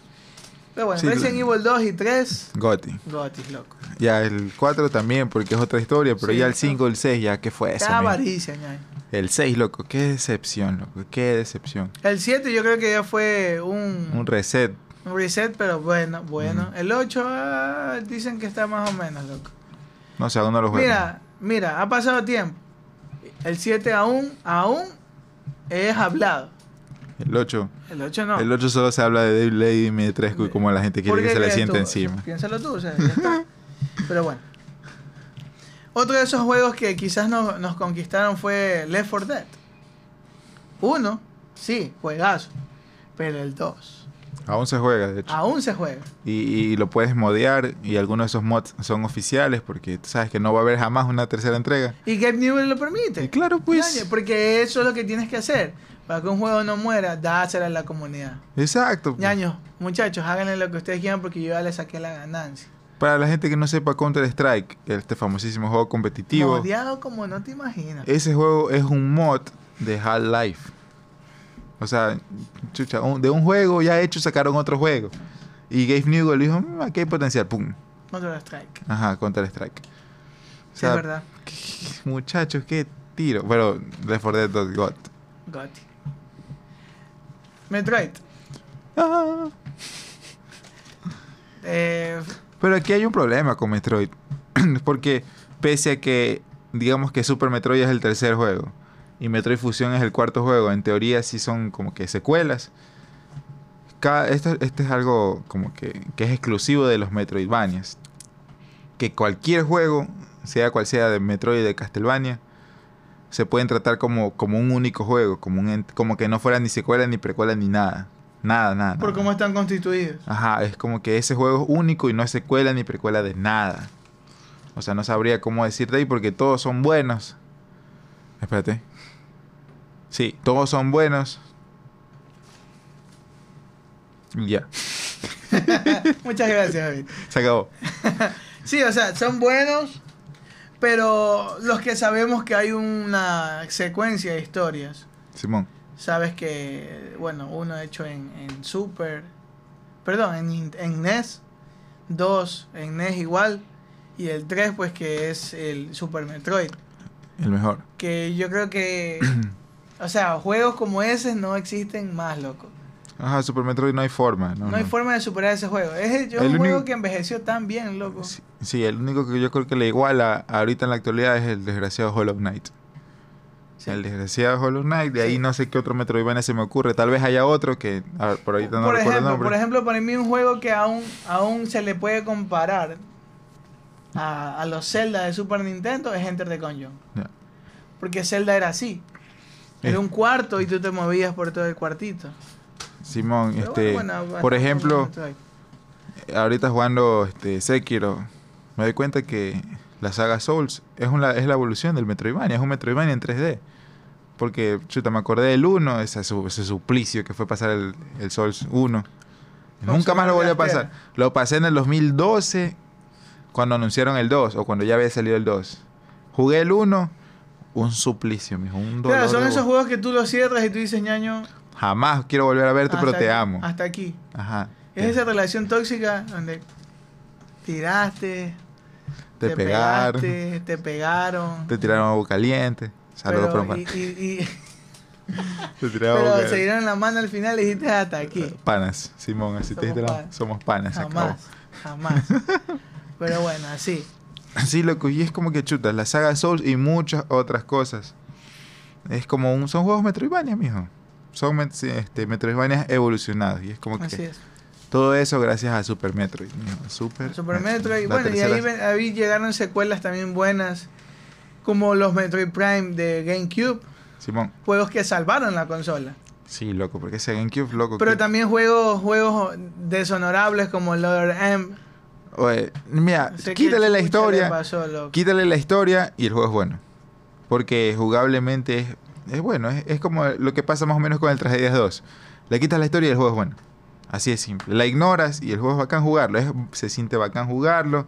Speaker 1: Pero bueno,
Speaker 2: Sí,
Speaker 1: Resident
Speaker 2: claro.
Speaker 1: Evil 2 y 3,
Speaker 2: Gotti.
Speaker 1: gotis, loco.
Speaker 2: Ya el 4 también, porque es otra historia, pero
Speaker 1: Sí,
Speaker 2: ya el
Speaker 1: está.
Speaker 2: 5, el 6, ya, ¿qué fue eso?
Speaker 1: Está
Speaker 2: mijo?
Speaker 1: avaricia, ñaño.
Speaker 2: El 6, loco, qué decepción, loco, qué decepción.
Speaker 1: El 7 yo creo que ya fue un,
Speaker 2: Un reset.
Speaker 1: un reset, pero bueno, bueno. El 8 ah, dicen que está más o menos, loco.
Speaker 2: No sé, aún no lo juego.
Speaker 1: Mira, mira, ha pasado tiempo. El 7 aún, aún es hablado.
Speaker 2: El 8.
Speaker 1: El 8 no.
Speaker 2: El 8 solo se habla de David Lady Dimitrescu y cómo la gente
Speaker 1: ¿Por
Speaker 2: quiere que
Speaker 1: qué
Speaker 2: se le
Speaker 1: crees
Speaker 2: siente
Speaker 1: tú?
Speaker 2: encima.
Speaker 1: Piénsalo tú, o sea, ya
Speaker 2: <laughs>
Speaker 1: está. Pero bueno. Otro de esos juegos que quizás no- nos conquistaron fue Left 4 Dead. Uno, sí, juegazo. Pero el 2,
Speaker 2: Aún se juega, de hecho.
Speaker 1: aún se juega.
Speaker 2: Y, y lo puedes modear y algunos de esos mods son oficiales porque tú sabes que no va a haber jamás una tercera entrega.
Speaker 1: Y Gabe Newell lo permite.
Speaker 2: Y claro, pues.
Speaker 1: Nadie, Porque eso es lo que tienes que hacer. Para que un juego no muera, dásela a la comunidad.
Speaker 2: Exacto. pues.
Speaker 1: Ñaños, muchachos, háganle lo que ustedes quieran porque yo ya le saqué la ganancia.
Speaker 2: Para la gente que no sepa Counter Strike, este famosísimo juego competitivo,
Speaker 1: Odiado como no te imaginas.
Speaker 2: ese juego es un mod de Half-Life. O sea, chucha, un- de un juego ya hecho sacaron otro juego. Y Gabe Newell dijo, "Mm, aquí hay potencial, pum.
Speaker 1: Counter Strike.
Speaker 2: Ajá, Counter Strike. O
Speaker 1: Sí, es verdad.
Speaker 2: Muchachos, qué tiro. Bueno, Left 4 Dead Dot God.
Speaker 1: Gotti. Metroid.
Speaker 2: Ah.
Speaker 1: Eh,
Speaker 2: Pero aquí hay un problema con Metroid. <clears throat> Porque pese a que digamos que Super Metroid es el tercer juego y Metroid Fusion es el cuarto juego, en teoría sí son como que secuelas. Cada, esto, esto es algo como que, que es exclusivo de los Metroidvanias. Que cualquier juego, sea cual sea de Metroid y de Castlevania, se pueden tratar como, como un único juego, como, un, ent- como que no fuera ni secuela, ni precuela, ni nada. Nada, nada.
Speaker 1: Por
Speaker 2: nada.
Speaker 1: cómo están constituidos. <laughs>
Speaker 2: Ajá, es como que ese juego es único y no es secuela ni precuela de nada. O sea, no sabría cómo decirte ahí porque todos son buenos. Espérate. Sí, todos son buenos. Y Ya,
Speaker 1: Muchas gracias, David.
Speaker 2: se acabó.
Speaker 1: Sí, o sea, son buenos, pero los que sabemos que hay una secuencia de historias.
Speaker 2: Simón.
Speaker 1: Sabes que, bueno, uno hecho en, en Super, perdón, en, Nin- en NES, dos en NES igual, y el tres pues que es el Super Metroid.
Speaker 2: El mejor.
Speaker 1: Que yo creo
Speaker 2: <clears throat>
Speaker 1: que, o sea, juegos como ese no existen más, loco.
Speaker 2: Ajá, Super Metroid no hay forma. No,
Speaker 1: No hay
Speaker 2: no.
Speaker 1: forma de superar ese juego. Es, el- es
Speaker 2: El
Speaker 1: un juego
Speaker 2: único-
Speaker 1: que envejeció tan bien, loco.
Speaker 2: Sí, sí, el único que yo creo que le iguala ahorita en la actualidad es el desgraciado Hollow Knight.
Speaker 1: Sí.
Speaker 2: El desgraciado Hollow Knight, de ahí
Speaker 1: Sí.
Speaker 2: no sé qué otro Metroidvania se me ocurre. Tal vez haya otro que a ver, por ahorita no
Speaker 1: por,
Speaker 2: recuerdo el
Speaker 1: ejemplo,
Speaker 2: nombre.
Speaker 1: por ejemplo, para mí un juego que aún, aún se le puede comparar a, a los Zelda de Super Nintendo es Enter the Gungeon.
Speaker 2: Ya.
Speaker 1: Porque Zelda era así. Era
Speaker 2: Eh.
Speaker 1: un cuarto y tú te movías por todo el cuartito.
Speaker 2: Simón,
Speaker 1: Pero
Speaker 2: este,
Speaker 1: bueno, bueno,
Speaker 2: por
Speaker 1: bastante
Speaker 2: ejemplo,
Speaker 1: momento ahí.
Speaker 2: ahorita jugando este Sekiro, me doy cuenta que la saga Souls es una es la evolución del Metroidvania, es un Metroidvania en 3D. Porque chuta, me acordé del 1, ese, su- ese suplicio que fue pasar el, el Souls 1.
Speaker 1: No,
Speaker 2: Nunca
Speaker 1: se
Speaker 2: más lo volví a
Speaker 1: olvidaste.
Speaker 2: pasar. Lo pasé en el 2012 cuando anunciaron el 2 o cuando ya había salido el 2. Jugué el 1, un suplicio, mijo, un dolor.
Speaker 1: Claro, son
Speaker 2: de
Speaker 1: esos
Speaker 2: bo-
Speaker 1: juegos que tú los cierras y tú dices, ñaño,
Speaker 2: Jamás quiero volver a verte,
Speaker 1: hasta
Speaker 2: pero te
Speaker 1: aquí-
Speaker 2: amo.
Speaker 1: Hasta aquí.
Speaker 2: Ajá.
Speaker 1: Ah, Es esa relación tóxica donde tiraste,
Speaker 2: te,
Speaker 1: te
Speaker 2: pegaron.
Speaker 1: pegaste, te pegaron.
Speaker 2: Te tiraron agua caliente. Saludos
Speaker 1: pero-
Speaker 2: por Omar.
Speaker 1: y- y- y-
Speaker 2: Te tiraron agua
Speaker 1: Pero se
Speaker 2: caliente.
Speaker 1: dieron la mano al final y dijiste "Ah, hasta aquí.
Speaker 2: Panas, Simón, así
Speaker 1: Somos
Speaker 2: te dijiste la-
Speaker 1: panas.
Speaker 2: Somos panas, se acabó.
Speaker 1: Jamás, jamás. Pero bueno, así.
Speaker 2: <laughs> Sí, loco, y es como que chutas, la saga Souls y muchas otras cosas. Es como un. Son juegos Metroidvania, mijo. Son met- sí, este, Metroidvanias evolucionados. Y es como que.
Speaker 1: Así es.
Speaker 2: Todo eso gracias a Super Metroid, mijo. Super,
Speaker 1: Super Metroid.
Speaker 2: La
Speaker 1: Bueno, y
Speaker 2: tercera-
Speaker 1: ahí, ven- ahí llegaron secuelas también buenas. Como los Metroid Prime de GameCube.
Speaker 2: Simón.
Speaker 1: Juegos que salvaron la consola.
Speaker 2: Sí, loco, porque ese GameCube, loco.
Speaker 1: Pero
Speaker 2: que-
Speaker 1: también juegos, juegos deshonorables como Lord M.
Speaker 2: Oye, mira,
Speaker 1: No sé qué
Speaker 2: Ah, quítale la
Speaker 1: chucha le
Speaker 2: historia.
Speaker 1: pasó, loco.
Speaker 2: Quítale la historia y el juego es bueno. Porque jugablemente es, es bueno. Es, es como lo que pasa más o menos con el Tragedias 2. Le quitas la historia y el juego es bueno. Así es simple. La ignoras y el juego es bacán jugarlo. es- se siente bacán jugarlo.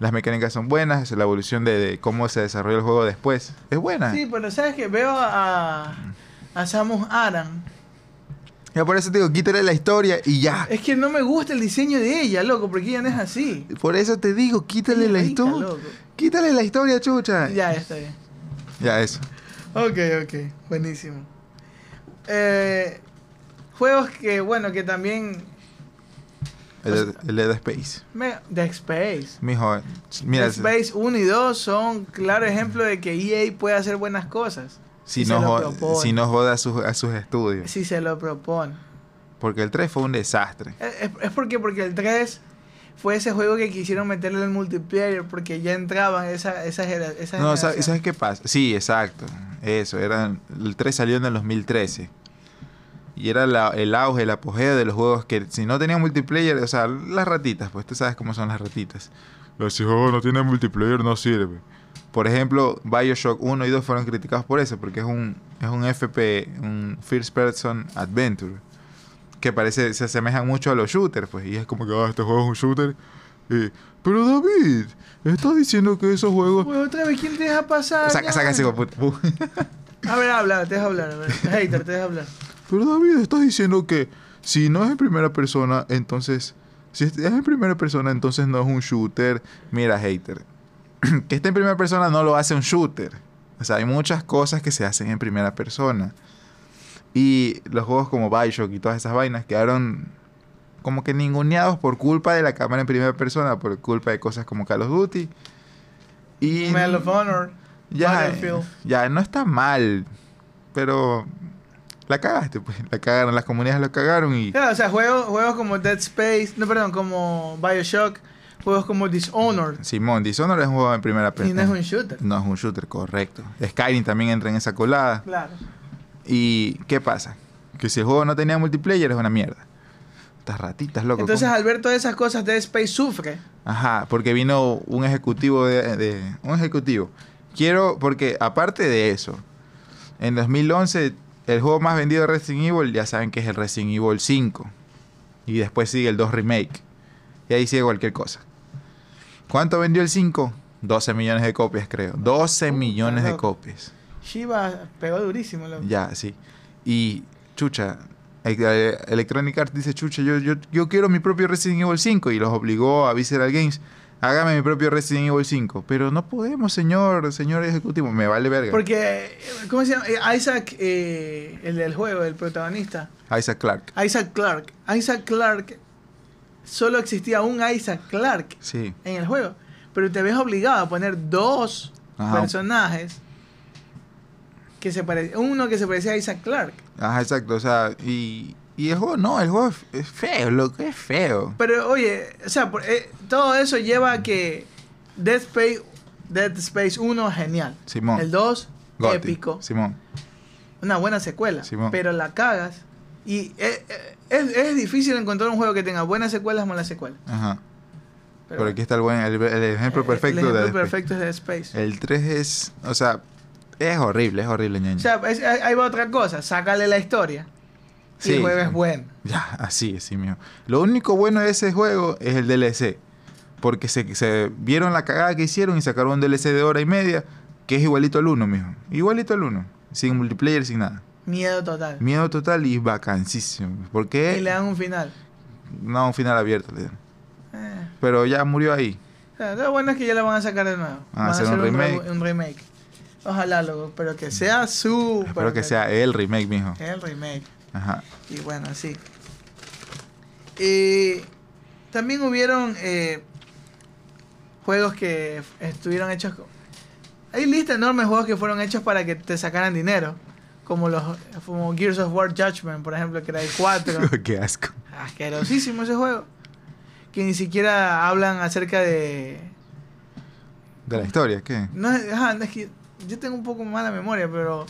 Speaker 2: Las mecánicas son buenas. La evolución de, de cómo se desarrolla el juego después es buena.
Speaker 1: Sí, pero sabes que veo a, a Samus Aran.
Speaker 2: Ya por eso te digo, quítale la historia y ya.
Speaker 1: Es que no me gusta el diseño de ella, loco, porque ella no es así.
Speaker 2: Por eso te digo, quítale
Speaker 1: Ella
Speaker 2: la
Speaker 1: es rica,
Speaker 2: historia.
Speaker 1: loco.
Speaker 2: Quítale la historia, chucha.
Speaker 1: Ya, ya está bien.
Speaker 2: Ya, eso.
Speaker 1: Ok, ok, buenísimo. Eh, juegos que, bueno, que también...
Speaker 2: El, el Dead Space.
Speaker 1: me- The Space.
Speaker 2: Mijo, mira.
Speaker 1: Dead Space 1 y 2 son claro ejemplo de que EA puede hacer buenas cosas
Speaker 2: Si
Speaker 1: Y se
Speaker 2: no,
Speaker 1: lo
Speaker 2: jo-
Speaker 1: propone.
Speaker 2: si no joda a sus, a sus estudios.
Speaker 1: si se lo propone.
Speaker 2: Porque el 3 fue un desastre.
Speaker 1: Es, es- es porque, porque el 3 fue ese juego que quisieron meterle el multiplayer porque ya entraban esa, esa, gera- esa
Speaker 2: No, sa-
Speaker 1: generación.
Speaker 2: ¿sabes qué pasa? Sí, exacto. Eso, eran, el 3 salió en el 2013. Y era la- el auge, el apogeo de los juegos que si no tenían multiplayer, o sea, las ratitas, pues tú sabes cómo son las ratitas. Los juegos no tienen multiplayer, no sirve. Por ejemplo, Bioshock 1 y 2 fueron criticados por eso, porque es un, es un FP, un First Person Adventure, que parece, se asemejan mucho a los shooters, pues, y es como que, ah, este juego es un shooter. Y, Pero David, estás diciendo que esos juegos
Speaker 1: Güey, otra vez, ¿quién te deja pasar?
Speaker 2: Saca,
Speaker 1: Ah, Ya,
Speaker 2: saca ese
Speaker 1: güey.
Speaker 2: hijo de puta.
Speaker 1: A ver, habla, te deja hablar.
Speaker 2: <laughs>
Speaker 1: A ver. Hater, te deja hablar.
Speaker 2: Pero David, estás diciendo que si no es en primera persona, entonces. Si es es en primera persona, entonces no es un shooter. Mira, hater. <clears throat> que esté en primera persona no lo hace un shooter. O sea, hay muchas cosas que se hacen en primera persona. Y los juegos como Bioshock y todas esas vainas quedaron como que ninguneados por culpa de la cámara en primera persona, por culpa de cosas como Call of Duty. Y
Speaker 1: Medal of Honor.
Speaker 2: Ya,
Speaker 1: Battlefield.
Speaker 2: ya, no está mal, pero la cagaste, pues. La cagaron, las comunidades lo cagaron y...
Speaker 1: Claro, o sea, juegos, juegos como Dead Space, no, perdón, como Bioshock, Juegos como Dishonored.
Speaker 2: Simón, Dishonored es un juego en primera
Speaker 1: Y
Speaker 2: persona.
Speaker 1: no es un shooter.
Speaker 2: No es un shooter, correcto. Skyrim también entra en esa colada.
Speaker 1: Claro.
Speaker 2: ¿Y qué pasa? Que si el juego no tenía multiplayer es una mierda. Estas ratitas, loco.
Speaker 1: Entonces
Speaker 2: ¿cómo?
Speaker 1: Alberto de esas cosas de Space sufre.
Speaker 2: Ajá, porque vino un ejecutivo de, de- Un ejecutivo. Quiero... Porque aparte de eso, en 2011 el juego más vendido de Resident Evil ya saben que es el Resident Evil 5. Y después sigue el 2 Remake. Y ahí sigue cualquier cosa. ¿Cuánto vendió el 5? 12 millones de copias, creo. 12
Speaker 1: Puta,
Speaker 2: millones de
Speaker 1: loco.
Speaker 2: copias.
Speaker 1: Shiva pegó durísimo. loco.
Speaker 2: Ya, sí. Y, chucha, e- Electronic Arts dice, chucha, yo, yo, yo quiero mi propio Resident Evil 5 y los obligó a Visceral Games, hágame mi propio Resident Evil 5. Pero no podemos, señor, señor ejecutivo, me vale verga.
Speaker 1: Porque, ¿cómo se llama? Eh, Isaac, eh, el del juego, el protagonista.
Speaker 2: Isaac Clark.
Speaker 1: Isaac Clark. Isaac Clark. Solo existía un Isaac Clark
Speaker 2: Sí.
Speaker 1: en el juego. Pero te ves obligado a poner dos
Speaker 2: Ajá.
Speaker 1: personajes que se parecen. Uno que se parecía a Isaac Clark.
Speaker 2: Ajá, exacto. O sea, y, y el juego no, el juego es, es feo, loco, es feo.
Speaker 1: Pero oye, o sea, por- eh, todo eso lleva a que Dead Space, Dead Space 1 genial.
Speaker 2: Simón.
Speaker 1: El 2
Speaker 2: Gotti.
Speaker 1: épico.
Speaker 2: Simón.
Speaker 1: Una buena secuela.
Speaker 2: Simón.
Speaker 1: Pero la cagas. Y eh, eh, es, es difícil encontrar un juego que tenga buenas secuelas, malas secuelas.
Speaker 2: Ajá.
Speaker 1: Pero
Speaker 2: Pero, aquí está el buen, el, el ejemplo
Speaker 1: eh,
Speaker 2: perfecto
Speaker 1: El ejemplo
Speaker 2: de Dead Space. Eh,
Speaker 1: perfecto es Dead Space.
Speaker 2: El 3 es, o sea, es horrible, es horrible, ñaño.
Speaker 1: O sea, es- ahí ahí va otra cosa. Sácale la historia. Y
Speaker 2: Sí.
Speaker 1: el juego es bueno.
Speaker 2: Ya, así, así mismo. Lo único bueno de ese juego es el DLC. Porque se, se vieron la cagada que hicieron y sacaron un DLC de hora y media que es igualito al 1, mijo. Igualito al 1. Sin multiplayer, sin nada.
Speaker 1: Miedo total.
Speaker 2: Miedo total y vacancísimo.
Speaker 1: Y
Speaker 2: Porque
Speaker 1: le dan un final.
Speaker 2: no, un final abierto. le dieron.
Speaker 1: Eh,
Speaker 2: Pero ya murió ahí.
Speaker 1: o sea, Ah, lo bueno es que ya la van a sacar de nuevo.
Speaker 2: Van a
Speaker 1: van
Speaker 2: hacer un remake.
Speaker 1: rebu- un remake. Ojalá, loco. Pero que sea súper.
Speaker 2: Espero que sea el remake, mijo.
Speaker 1: El remake.
Speaker 2: Ajá.
Speaker 1: Y bueno, sí. Eh, también hubieron eh, juegos que f- estuvieron hechos... co- Hay lista enorme de juegos que fueron hechos para que te sacaran dinero. Como los como Gears of War Judgment, por ejemplo, que era el
Speaker 2: <laughs>
Speaker 1: 4.
Speaker 2: Qué asco.
Speaker 1: Asquerosísimo ese juego. Que ni siquiera hablan acerca de...
Speaker 2: De la historia, ¿qué?
Speaker 1: No, es- ajá, es que yo tengo un poco mala memoria, pero...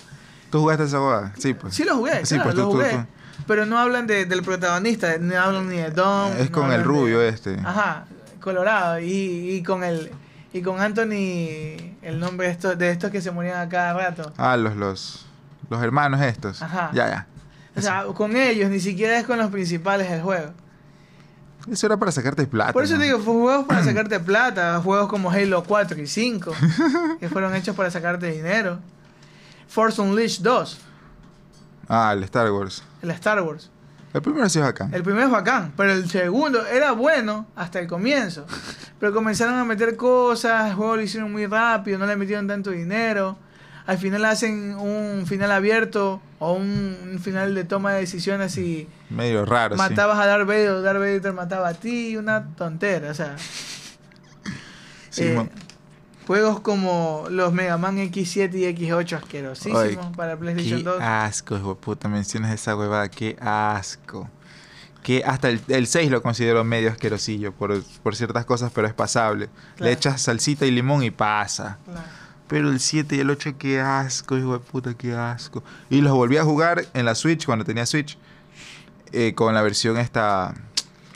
Speaker 2: ¿Tú jugaste esa boda? Sí, pues.
Speaker 1: Sí lo jugué,
Speaker 2: Sí,
Speaker 1: claro,
Speaker 2: pues,
Speaker 1: lo
Speaker 2: tú- tú-
Speaker 1: jugué.
Speaker 2: tú.
Speaker 1: Pero no hablan de- del protagonista, no hablan ni de Don.
Speaker 2: es
Speaker 1: no
Speaker 2: con el
Speaker 1: hablan
Speaker 2: rubio
Speaker 1: de-
Speaker 2: este.
Speaker 1: Ajá, Colorado. Y, y con el y con Anthony, el nombre de estos, de estos que se morían a cada rato.
Speaker 2: Ah, los, los, los hermanos estos.
Speaker 1: Ajá.
Speaker 2: Ya, ya.
Speaker 1: O sea, con ellos, ni siquiera es con los principales del juego.
Speaker 2: Eso era para sacarte plata.
Speaker 1: Por eso
Speaker 2: ¿no?
Speaker 1: te digo, fue juegos
Speaker 2: <clears throat>
Speaker 1: para sacarte plata, juegos como Halo 4 y
Speaker 2: <laughs>
Speaker 1: 5, que fueron hechos para sacarte dinero. Force Unleashed 2,
Speaker 2: Ah, el Star Wars.
Speaker 1: el Star Wars.
Speaker 2: El primero sí es acá.
Speaker 1: El primero es bacán, pero el segundo era bueno hasta el comienzo. Pero comenzaron a meter cosas, el juego lo hicieron muy rápido, no le metieron tanto dinero. Al final hacen un final abierto o un, un final de toma de decisiones y
Speaker 2: Medio raro,
Speaker 1: matabas a Darth Vader, o Darth Vader te mataba a ti, una tontera. O sea,
Speaker 2: sí. Sí,
Speaker 1: eh,
Speaker 2: mo-
Speaker 1: juegos como los Mega Man X7 y X8 asquerosísimos
Speaker 2: Ay,
Speaker 1: para PlayStation
Speaker 2: qué
Speaker 1: 2.
Speaker 2: asco, hijo de puta. Mencionas esa huevada. Qué asco. Que hasta el, el 6 lo considero medio asquerosillo por, por ciertas cosas, pero es pasable.
Speaker 1: Claro.
Speaker 2: Le echas salsita y limón y pasa.
Speaker 1: Claro.
Speaker 2: Pero el 7 y el 8, qué asco, hijo de puta, qué asco. Y los volví a jugar en la Switch, cuando tenía Switch, eh, con la versión esta,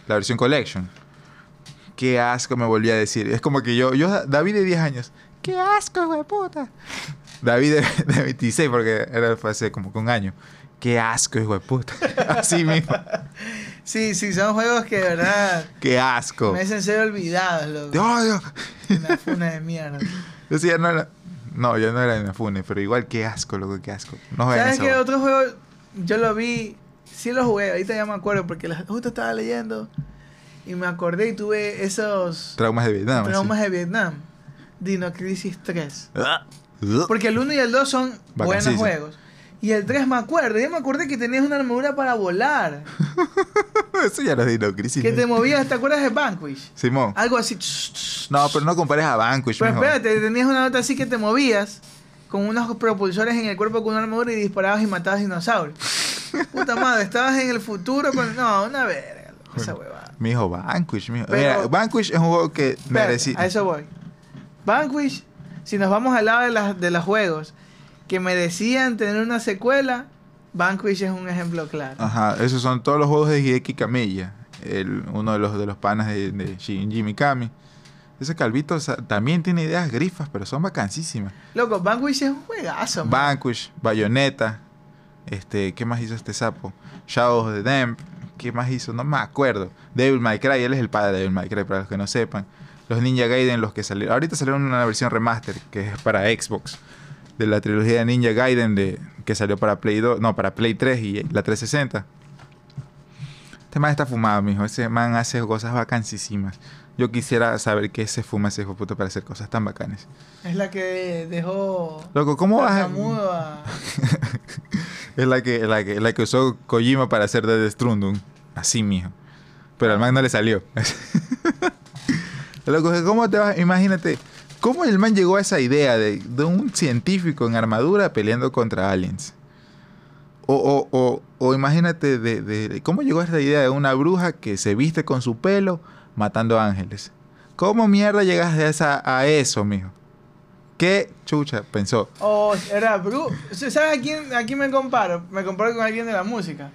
Speaker 2: la versión Collection. Qué asco me volví a decir. Es como que yo, yo David de 10 años, qué asco, hijo de puta. David de, <laughs> de 26, porque era, fue hace como que un año. Qué asco, hijo de puta. <laughs> Así mismo,
Speaker 1: Sí, sí, son juegos que de
Speaker 2: <laughs>
Speaker 1: verdad
Speaker 2: qué asco.
Speaker 1: me hacen ser olvidados, loco.
Speaker 2: Te odio.
Speaker 1: Una funa de mierda.
Speaker 2: Yo sí, ya no era, no, ya no era en Fune, pero igual qué asco, loco, qué asco. No vean
Speaker 1: ¿Sabes
Speaker 2: esa
Speaker 1: qué
Speaker 2: huevada.
Speaker 1: otro juego? Yo lo vi, sí lo jugué, ahorita ya me acuerdo porque la- justo estaba leyendo y me acordé y tuve esos
Speaker 2: Traumas de Vietnam. así.
Speaker 1: traumas de Vietnam. Dino Crisis 3.
Speaker 2: Porque
Speaker 1: Porque el 1 y el 2 son buenos
Speaker 2: Vacancísimo.
Speaker 1: juegos. Y el 3 me acuerdo, yo me acordé que tenías una armadura para volar.
Speaker 2: <laughs> eso ya lo digo, Crisis.
Speaker 1: Que te
Speaker 2: <laughs>
Speaker 1: movías, ¿te acuerdas de Vanquish?
Speaker 2: Simón.
Speaker 1: Algo así. tss, tss,
Speaker 2: No, pero no compares a Vanquish,
Speaker 1: Pero
Speaker 2: mijo.
Speaker 1: Pues espérate, tenías una nota así que te movías con unos propulsores en el cuerpo con una armadura y disparabas y matabas dinosaurios. Puta madre, estabas en el futuro con. No, una verga, loco, esa huevada.
Speaker 2: Me dijo Vanquish. mijo.
Speaker 1: Pero-
Speaker 2: Mira, Vanquish es un juego que
Speaker 1: Espérate,
Speaker 2: merecí.
Speaker 1: A eso voy. Vanquish, si nos vamos al lado de, las, de los juegos que merecían tener una secuela, Vanquish es un ejemplo claro.
Speaker 2: Ajá, esos son todos los juegos de Hideki Kamiya, el, uno de los, de los panas de, de Shinji Mikami. Ese calvito o sea, también tiene ideas grifas, pero son vacancísimas.
Speaker 1: Loco, Vanquish es un juegazo, man.
Speaker 2: Vanquish, Bayonetta, este, ¿qué más hizo este sapo? Shadow of the Damned, ¿qué más hizo? No me acuerdo. Devil May Cry, él es el padre de Devil May Cry, para los que no sepan. Los Ninja Gaiden, los que salieron. Ahorita salieron una versión remaster, que es para Xbox, de la trilogía de Ninja Gaiden, de, que salió para Play 2, no, para Play 3 y la 360. Este man está fumado, mijo. Ese man hace cosas vacancísimas. Yo quisiera saber qué se fuma ese hijo de puta para hacer cosas tan bacanes.
Speaker 1: Es la que dejó
Speaker 2: Loco, ¿cómo vas a.?
Speaker 1: tartamudo a...
Speaker 2: Es la que, la que, la que usó Kojima para hacer de Strundum. Así, mijo. Pero al man no le salió. <laughs> Loco, ¿cómo te vas? Imagínate, ¿cómo el man llegó a esa idea de, de un científico en armadura peleando contra aliens? O, o, o, o imagínate, de, de- de- ¿cómo llegó a esa idea de una bruja que se viste con su pelo matando ángeles? ¿Cómo mierda llegaste a, esa, a eso, mijo? ¿Qué chucha pensó?
Speaker 1: O era Bru... ¿Sabes a quién, a quién me comparo? Me comparo con alguien de la música.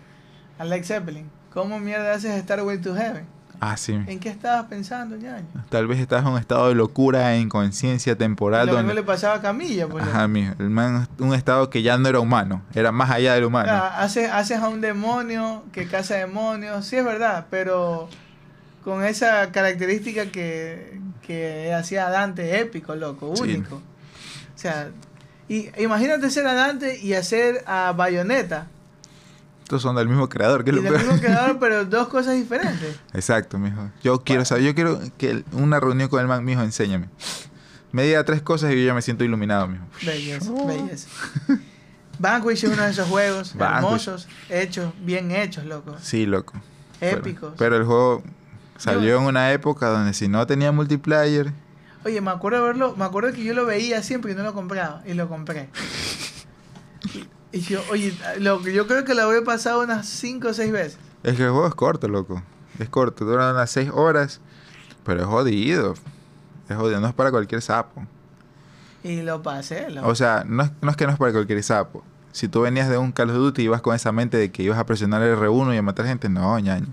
Speaker 1: A Led Zeppelin. ¿Cómo mierda haces Star Way to Heaven?
Speaker 2: Ah, sí, mijo.
Speaker 1: ¿En qué estabas pensando, ñaño?
Speaker 2: Tal vez estás en un estado de locura e inconsciencia temporal
Speaker 1: Lo mismo
Speaker 2: donde...
Speaker 1: le pasaba a Camilla, pues.
Speaker 2: Ajá, mijo. El man, un estado que ya no era humano, era más allá del humano.
Speaker 1: Ah, haces, haces a un demonio que caza demonios, sí es verdad, pero con esa característica que, que hacía Dante épico, loco,
Speaker 2: Sí.
Speaker 1: único. O sea, y, imagínate ser a Dante y hacer a Bayonetta.
Speaker 2: Estos son del mismo creador, que
Speaker 1: Y
Speaker 2: es
Speaker 1: del
Speaker 2: lo peor.
Speaker 1: mismo creador, pero dos cosas diferentes.
Speaker 2: <laughs> Exacto, mijo. Yo quiero saber, yo quiero que el- una reunión con el man, mijo, enséñame. Me diga tres cosas y yo ya me siento iluminado, mijo.
Speaker 1: Belleza,
Speaker 2: Oh.
Speaker 1: belleza. Vanquish es uno de esos juegos
Speaker 2: Vanquish.
Speaker 1: hermosos, hechos, bien hechos, loco.
Speaker 2: Sí, loco. Pero-
Speaker 1: Épicos.
Speaker 2: Pero, el juego salió
Speaker 1: Yo-
Speaker 2: en una época donde si no tenía multiplayer,
Speaker 1: Oye, me acuerdo verlo, me acuerdo que yo lo veía siempre y no lo compraba, y lo compré. Y, y yo, oye, lo, yo creo que lo habré pasado unas 5 o 6 veces.
Speaker 2: es que el juego es corto, loco. Es corto, dura unas seis horas, pero es jodido. Es jodido, no es para cualquier sapo.
Speaker 1: Y lo pasé, lo-
Speaker 2: O sea, no es, no es que no es para cualquier sapo. Si tú venías de un Call of Duty y ibas con esa mente de que ibas a presionar el R1 y a matar gente, no, ñaño.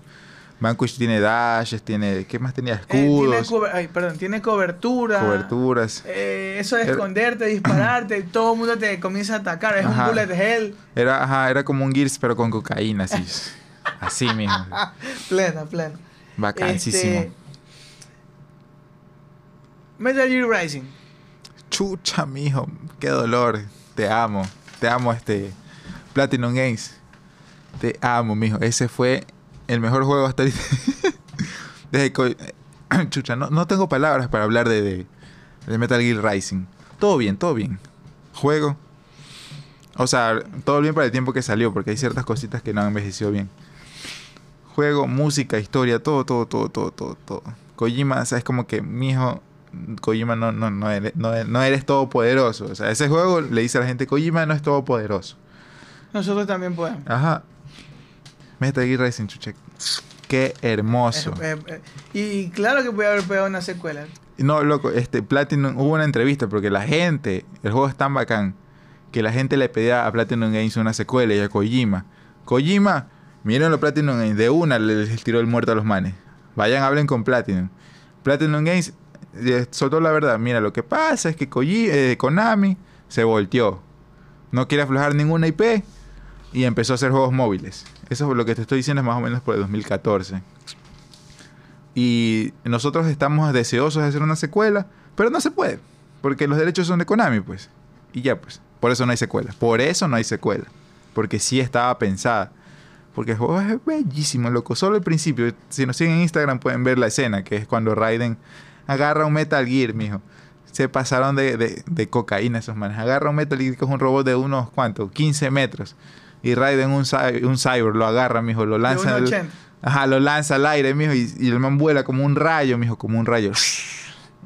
Speaker 2: Vanquish tiene dashes, tiene... ¿Qué más tenía?
Speaker 1: Eh, tiene,
Speaker 2: Escudos,
Speaker 1: cobe- ay, perdón, tiene cobertura.
Speaker 2: coberturas.
Speaker 1: eh, eso de
Speaker 2: Era-
Speaker 1: esconderte, dispararte, todo el mundo te comienza a atacar. Es
Speaker 2: Ajá.
Speaker 1: un bullet hell
Speaker 2: Era, ajá, era como un Gears, pero con
Speaker 1: <laughs>
Speaker 2: cocaína, así. así mismo.
Speaker 1: plena, plena.
Speaker 2: Bacanísimo.
Speaker 1: Este, Metal Gear Rising.
Speaker 2: Chucha, mijo. Qué dolor. Te amo. Te amo, este... Platinum Games. Te amo, mijo. Ese fue el mejor juego hasta ahorita. <laughs> Desde que- <clears throat> Chucha, no, no tengo palabras para hablar de, de, de Metal Gear Rising. Todo bien, todo bien. Juego. O sea, todo bien para el tiempo que salió, porque hay ciertas cositas que no han envejecido bien. Juego, música, historia, todo, todo, todo, todo, todo, todo. Kojima, o sea, es como que, mijo, Kojima no, no, no, eres, no, eres- no eres todopoderoso. O sea, ese juego le dice a la gente, Kojima no es todopoderoso.
Speaker 1: Nosotros también podemos.
Speaker 2: Ajá. Metal Gear Rising, chucha. Qué hermoso.
Speaker 1: Eh, eh, eh, y claro que voy a haber pegado una secuela.
Speaker 2: No, loco, este Platinum hubo una entrevista porque la gente, el juego es tan bacán que la gente le pedía a Platinum Games una secuela y a Kojima. Kojima, miren lo Platinum Games, de una le- les tiró el muerto a los manes. Vayan, hablen con Platinum. Platinum Games eh, soltó la verdad, mira, lo que pasa es que Koji- eh, Konami se volteó. No quiere aflojar ninguna IP y empezó a hacer juegos móviles. Eso es lo que te estoy diciendo es más o menos por el 2014. Y nosotros estamos deseosos de hacer una secuela, pero no se puede, porque los derechos son de Konami, pues. Y ya, pues. Por eso no hay secuela. Por eso no hay secuela. Porque sí estaba pensada. Porque el juego es bellísimo, loco. Solo el principio. Si nos siguen en Instagram pueden ver la escena, que es cuando Raiden agarra un Metal Gear, mijo. Se pasaron de, de- de cocaína esos manes. Agarra un Metal Gear, que es un robot de unos, ¿cuántos? 15 metros. Y Raiden, un, cy- un cyber, lo agarra, mijo. Lo
Speaker 1: De
Speaker 2: lanza... en el-
Speaker 1: 1.80.
Speaker 2: Ajá, lo lanza al aire, mijo, y, y el man vuela como un rayo, mijo, como
Speaker 1: <laughs>
Speaker 2: un rayo.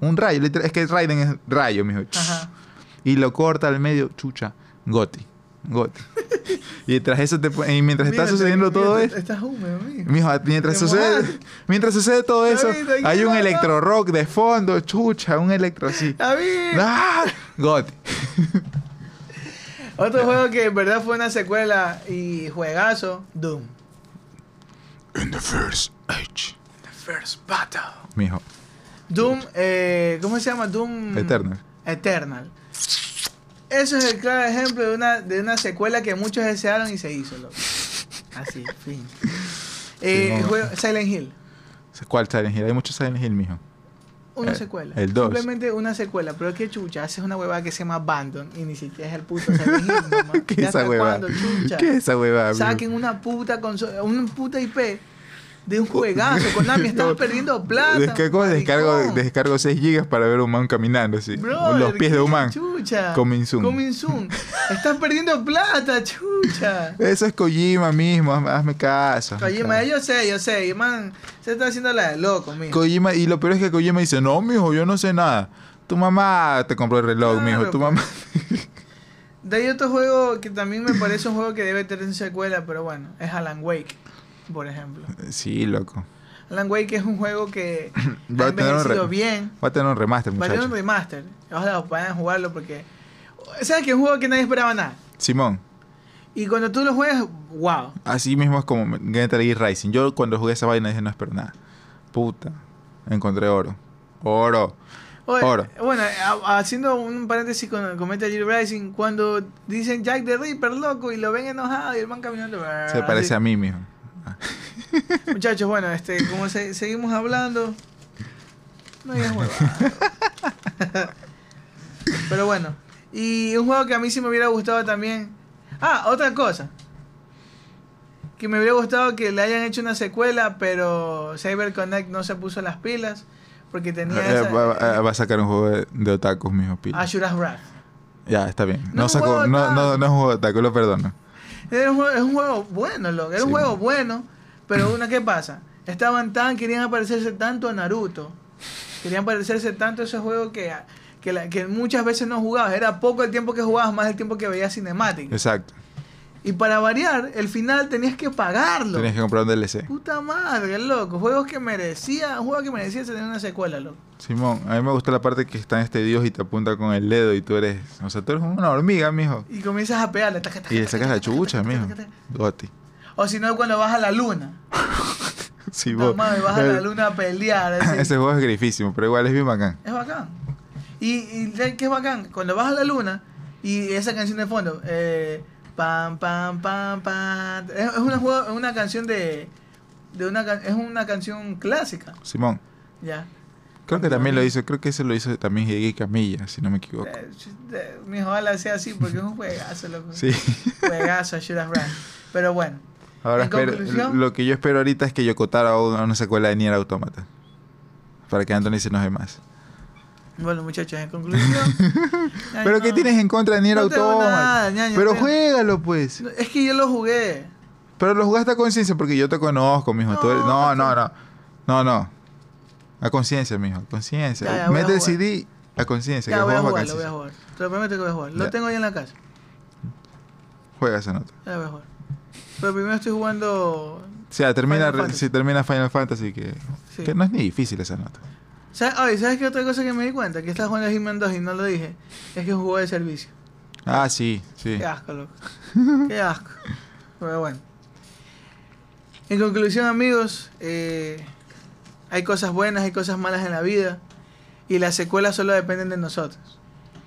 Speaker 2: Un rayo, literal, es que Raiden es rayo, mijo.
Speaker 1: Ajá. <laughs>
Speaker 2: Y lo corta al medio, chucha, Goti. Goti. Y tras eso te pon- y mientras está
Speaker 1: Mírate,
Speaker 2: sucediendo todo
Speaker 1: mírate,
Speaker 2: esto,
Speaker 1: Estás húmedo, mijo.
Speaker 2: mijo, mientras
Speaker 1: Te
Speaker 2: sucede,
Speaker 1: mojaste.
Speaker 2: <laughs> mientras sucede todo eso,
Speaker 1: David, tranquilo,
Speaker 2: hay un
Speaker 1: no.
Speaker 2: electro rock de fondo, chucha, un
Speaker 1: <laughs>
Speaker 2: electro así. <laughs>
Speaker 1: David.
Speaker 2: ¡Ah! God.
Speaker 1: Otro juego que en verdad fue una secuela y juegazo, Doom.
Speaker 2: In the first age.
Speaker 1: The First Battle.
Speaker 2: Mijo,
Speaker 1: Doom, eh, ¿cómo se llama? Doom
Speaker 2: Eternal.
Speaker 1: Eternal. Eso es el claro ejemplo de una, de una secuela que muchos desearon y se hizo, loco. Así, fin. Eh,
Speaker 2: Simón.
Speaker 1: el juego Silent Hill.
Speaker 2: ¿Cuál Silent Hill? Hay muchos Silent Hill, mijo.
Speaker 1: Una
Speaker 2: Eh,
Speaker 1: secuela.
Speaker 2: el dos.
Speaker 1: Simplemente una secuela. Pero qué chucha, haces una huevada que se llama Abandon y ni siquiera es el puto Silent
Speaker 2: <laughs>
Speaker 1: Hill, mamá.
Speaker 2: ¿Qué
Speaker 1: ¿Ya
Speaker 2: es esa
Speaker 1: hasta
Speaker 2: hueva?
Speaker 1: cuándo, chucha?
Speaker 2: ¿Qué es esa hueva?
Speaker 1: saquen una puta consola, una puta IP de un juegazo.
Speaker 2: <laughs>
Speaker 1: Konami, estamos perdiendo plata.
Speaker 2: Descargo, descargo,
Speaker 1: maricón.
Speaker 2: descargo 6 gigas para ver a un man caminando así.
Speaker 1: Brother,
Speaker 2: los pies
Speaker 1: qué
Speaker 2: de un man.
Speaker 1: Chucha.
Speaker 2: Coming soon.
Speaker 1: Coming soon. Estás perdiendo plata, chucha.
Speaker 2: Eso es Kojima mismo, hazme, hazme caso. hazme
Speaker 1: Kojima,
Speaker 2: caso.
Speaker 1: yo sé, yo sé, y, man, se está haciendo la de loco, mijo.
Speaker 2: Kojima- y lo peor es que Kojima dice, no, mijo, yo no sé nada. Tu mamá te compró el reloj,
Speaker 1: Claro,
Speaker 2: mijo. Tu
Speaker 1: pues.
Speaker 2: mamá. <laughs>
Speaker 1: De ahí otro juego que también me parece un juego que debe tener secuela, pero bueno, es Alan Wake, por ejemplo.
Speaker 2: Sí, loco.
Speaker 1: Alan Wake es un juego que
Speaker 2: <clears throat> Va
Speaker 1: ha
Speaker 2: a tener un
Speaker 1: envejecido
Speaker 2: re-
Speaker 1: bien.
Speaker 2: Va a tener un remaster,
Speaker 1: Va a
Speaker 2: muchacho.
Speaker 1: tener un remaster. Ojalá puedan jugarlo porque. ¿Sabes que es un juego que nadie esperaba nada?
Speaker 2: Simón,
Speaker 1: Y cuando tú lo juegas, wow.
Speaker 2: así mismo es como Metal Gear Rising. Yo cuando jugué esa vaina dije, no espero nada. Puta. Encontré oro. Oro.
Speaker 1: Oye,
Speaker 2: Ahora.
Speaker 1: Bueno, a- haciendo un paréntesis con, con Metal Gear Rising, cuando dicen Jack the Ripper, loco, y lo ven enojado y el man caminando.
Speaker 2: Se parece a mí, mijo.
Speaker 1: Muchachos, bueno, este, como se- seguimos hablando, no digas huevadas.
Speaker 2: <laughs>
Speaker 1: Pero bueno, y un juego que a mí sí me hubiera gustado también. Ah, otra cosa. Que me hubiera gustado que le hayan hecho una secuela, pero CyberConnect no se puso las pilas porque tenía
Speaker 2: Eh,
Speaker 1: esa- Ah,
Speaker 2: va, va- va a sacar un juego de, de otakus, mijo. pila.
Speaker 1: Ashura's Wrath.
Speaker 2: Ya, está bien.
Speaker 1: No
Speaker 2: No,
Speaker 1: es un
Speaker 2: sacó,
Speaker 1: juego de
Speaker 2: no,
Speaker 1: otaku.
Speaker 2: no, no es un juego de otaku, lo perdono.
Speaker 1: Era un juego, es un juego bueno, loco. Era un
Speaker 2: Sí.
Speaker 1: juego bueno, pero una, ¿qué pasa? Estaban tan, querían parecerse tanto a Naruto. Querían parecerse tanto a ese juego que, que, la- que muchas veces no jugabas. Era poco el tiempo que jugabas, más el tiempo que veías cinemática.
Speaker 2: Exacto.
Speaker 1: Y para variar, el final tenías que pagarlo.
Speaker 2: Tenías que comprar un DLC.
Speaker 1: Puta madre, loco. Juegos que merecía, un juego que merecía tener una secuela, loco.
Speaker 2: Simón, a mí me gusta la parte que está en este dios y te apunta con el dedo y tú eres... O sea, tú eres una hormiga, mijo.
Speaker 1: Y comienzas a pegarle. taca, taca,
Speaker 2: Y le
Speaker 1: taca,
Speaker 2: sacas la
Speaker 1: taca,
Speaker 2: chucha,
Speaker 1: taca,
Speaker 2: mijo.
Speaker 1: taca, taca.
Speaker 2: <laughs> Goti.
Speaker 1: O si no, cuando vas a la luna. Puta
Speaker 2: Simón.
Speaker 1: madre, vas
Speaker 2: <laughs>
Speaker 1: a la luna a pelear. así.
Speaker 2: Ese juego es grifísimo, pero igual es bien bacán.
Speaker 1: Es bacán. Y, y ¿sabes qué es bacán? Cuando vas a la luna y esa canción de fondo, eh, pam, pam, pam, pam. Es, es una, jue- es una canción de. de una, ca- es una canción clásica,
Speaker 2: Simón.
Speaker 1: ya.
Speaker 2: Creo que también lo hizo, creo que ese lo hizo también Hideki Camilla, si no me equivoco.
Speaker 1: Eh, eh, Mi ojalá sea así porque es un juegazo, loco.
Speaker 2: Sí. <laughs>
Speaker 1: Juegazo, Shoot Run. Pero bueno,
Speaker 2: Ahora
Speaker 1: ¿En
Speaker 2: espero-
Speaker 1: conclusión?
Speaker 2: lo que yo espero ahorita es que Yokotaro haga una secuela de Nier Automata. Para que Anthony se nos dé más.
Speaker 1: bueno, muchachos, en conclusión. ay,
Speaker 2: <laughs> ¿Pero qué
Speaker 1: no.
Speaker 2: tienes en contra de Nier
Speaker 1: No tengo
Speaker 2: Automata?
Speaker 1: nada, ñaño,
Speaker 2: Pero
Speaker 1: no tengo-
Speaker 2: juégalo, pues.
Speaker 1: No, Es que yo lo jugué.
Speaker 2: Pero lo jugaste a conciencia porque yo te conozco, mijo. Tú eres-
Speaker 1: No,
Speaker 2: No, no, no. No, no. A conciencia, mijo. A
Speaker 1: Ya, ya,
Speaker 2: conciencia.
Speaker 1: voy a
Speaker 2: Mete el
Speaker 1: jugar.
Speaker 2: CD a conciencia. que
Speaker 1: Ya, voy a
Speaker 2: juegas a
Speaker 1: jugarlo, voy a
Speaker 2: conciencia.
Speaker 1: jugar. Te lo prometo que voy a jugar. Lo
Speaker 2: Ya.
Speaker 1: tengo ahí en la casa.
Speaker 2: Juega esa nota.
Speaker 1: Ya voy a jugar. Pero primero estoy jugando
Speaker 2: O sea, termina,
Speaker 1: Final Fantasy.
Speaker 2: si termina Final Fantasy, que,
Speaker 1: Sí.
Speaker 2: que no es ni difícil esa nota.
Speaker 1: ¿Sabes? Oye, ¿sabes qué otra cosa que me di cuenta? Que estás jugando Hitman 2 y no lo dije. Es que es un juego de servicio.
Speaker 2: Ah, sí, sí.
Speaker 1: Qué asco, loco. Qué asco. Pero bueno. En conclusión, amigos, eh, hay cosas buenas, hay cosas malas en la vida. Y las secuelas solo dependen de nosotros.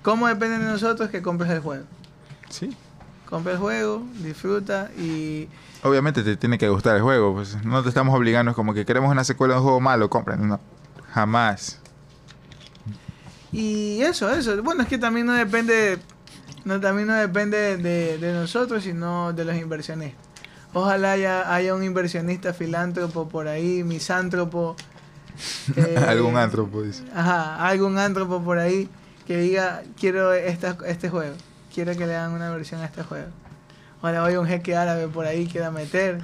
Speaker 1: ¿Cómo dependen de nosotros? Que compres el juego.
Speaker 2: Sí.
Speaker 1: Compra el juego, disfruta y
Speaker 2: Obviamente te tiene que gustar el juego, pues no te estamos obligando, es como que queremos una secuela de un juego malo, compren. No, jamás.
Speaker 1: Y eso, eso. Bueno, es que también no depende, no, también no depende de, de nosotros, sino de los inversionistas. Ojalá haya, haya un inversionista filántropo por ahí,
Speaker 2: <laughs>
Speaker 1: misántropo. eh,
Speaker 2: Algún pues. antropo, dice.
Speaker 1: Ajá, algún antropo por ahí que diga, quiero esta, este juego, quiero que le hagan una versión a este juego. Ahora voy un jeque árabe por ahí, quiera
Speaker 2: <laughs>
Speaker 1: meter,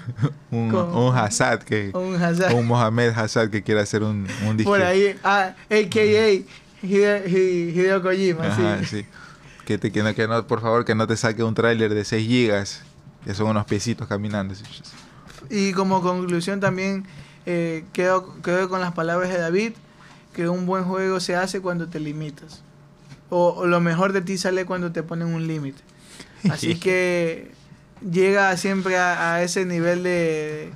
Speaker 2: Un,
Speaker 1: Con-
Speaker 2: un Hassad que.
Speaker 1: o un Hazard.
Speaker 2: Un Mohamed Hassad que quiere hacer un, un disque.
Speaker 1: por ahí, ah, a.k.a. Hideo, Hideo Kojima,
Speaker 2: Ajá,
Speaker 1: sí.
Speaker 2: sí. Que, te, que, no, que no, por favor, que no te saque un tráiler de 6 gigas Ya son unos piecitos caminando. así.
Speaker 1: Y como conclusión también eh, quedo, quedo con las palabras de David, que un buen juego se hace cuando te limitas. O, o lo mejor de ti sale cuando te ponen un límite.
Speaker 2: <laughs>
Speaker 1: Así que llega siempre a, a ese nivel de...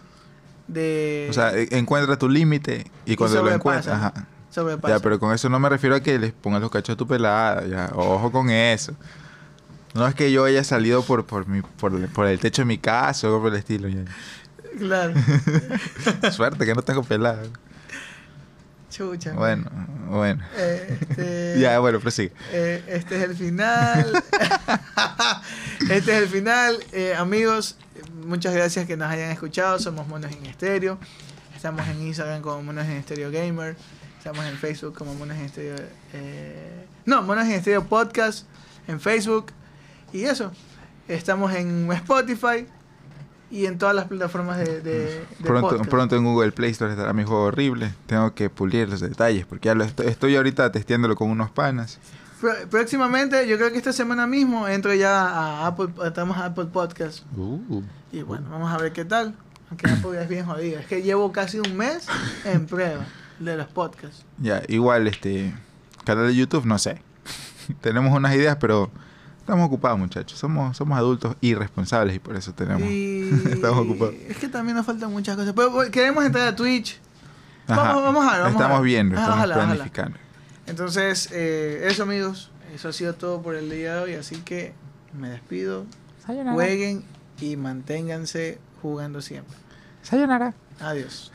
Speaker 1: de
Speaker 2: O sea, e- encuentra tu límite y
Speaker 1: Y
Speaker 2: cuando lo
Speaker 1: sobrepasa.
Speaker 2: encuentras... ajá.
Speaker 1: sobrepasa.
Speaker 2: Ya, pero con eso no me refiero a que les pongas los cachos a tu pelada, ya. Ojo con eso. No es que yo haya salido por, por, mi, por, por el techo de mi casa o algo por el
Speaker 1: <laughs>
Speaker 2: estilo. ya. <laughs>
Speaker 1: Claro.
Speaker 2: Suerte que no tengo pelada.
Speaker 1: Chucha.
Speaker 2: Bueno, bueno.
Speaker 1: Eh, este-
Speaker 2: <laughs> Ya, bueno, prosigue.
Speaker 1: Eh, este es el final. <laughs> este es el final. Eh, amigos, muchas gracias que nos hayan escuchado. Somos Monos en Estéreo. Estamos en Instagram como Monos en Estéreo Gamer. Estamos en Facebook como Monos en Estéreo. eh, no, Monos en Estéreo Podcast en Facebook. Y eso. Estamos en Spotify y en todas las plataformas de, de, de
Speaker 2: Pronto,
Speaker 1: podcast.
Speaker 2: pronto en Google Play Store estará mi juego horrible. Tengo que pulir los detalles porque ya lo estoy, estoy ahorita testeándolo con unos panas.
Speaker 1: Pr- próximamente, yo creo que esta semana mismo entro ya a Apple, estamos a Apple Podcast. Y bueno, vamos a ver qué tal. Aunque Apple es bien jodido. Es que llevo casi un mes en prueba de los podcasts.
Speaker 2: Ya, igual, este canal de YouTube, no sé. <laughs> Tenemos unas ideas, pero estamos ocupados, muchachos. Somos, somos adultos irresponsables y por eso tenemos.
Speaker 1: Y
Speaker 2: <laughs> Estamos ocupados.
Speaker 1: Es que también nos faltan muchas cosas. Pero bueno, queremos entrar a Twitch.
Speaker 2: Ajá.
Speaker 1: Vamos, vamos a ver. Vamos a
Speaker 2: estamos
Speaker 1: ver.
Speaker 2: viendo,
Speaker 1: Ah,
Speaker 2: estamos
Speaker 1: ojalá, ojalá.
Speaker 2: planificando.
Speaker 1: Entonces, eh, eso amigos. Eso ha sido todo por el día de hoy. Así que me despido. Jueguen y manténganse jugando siempre.
Speaker 3: Sayonara.
Speaker 1: Adiós.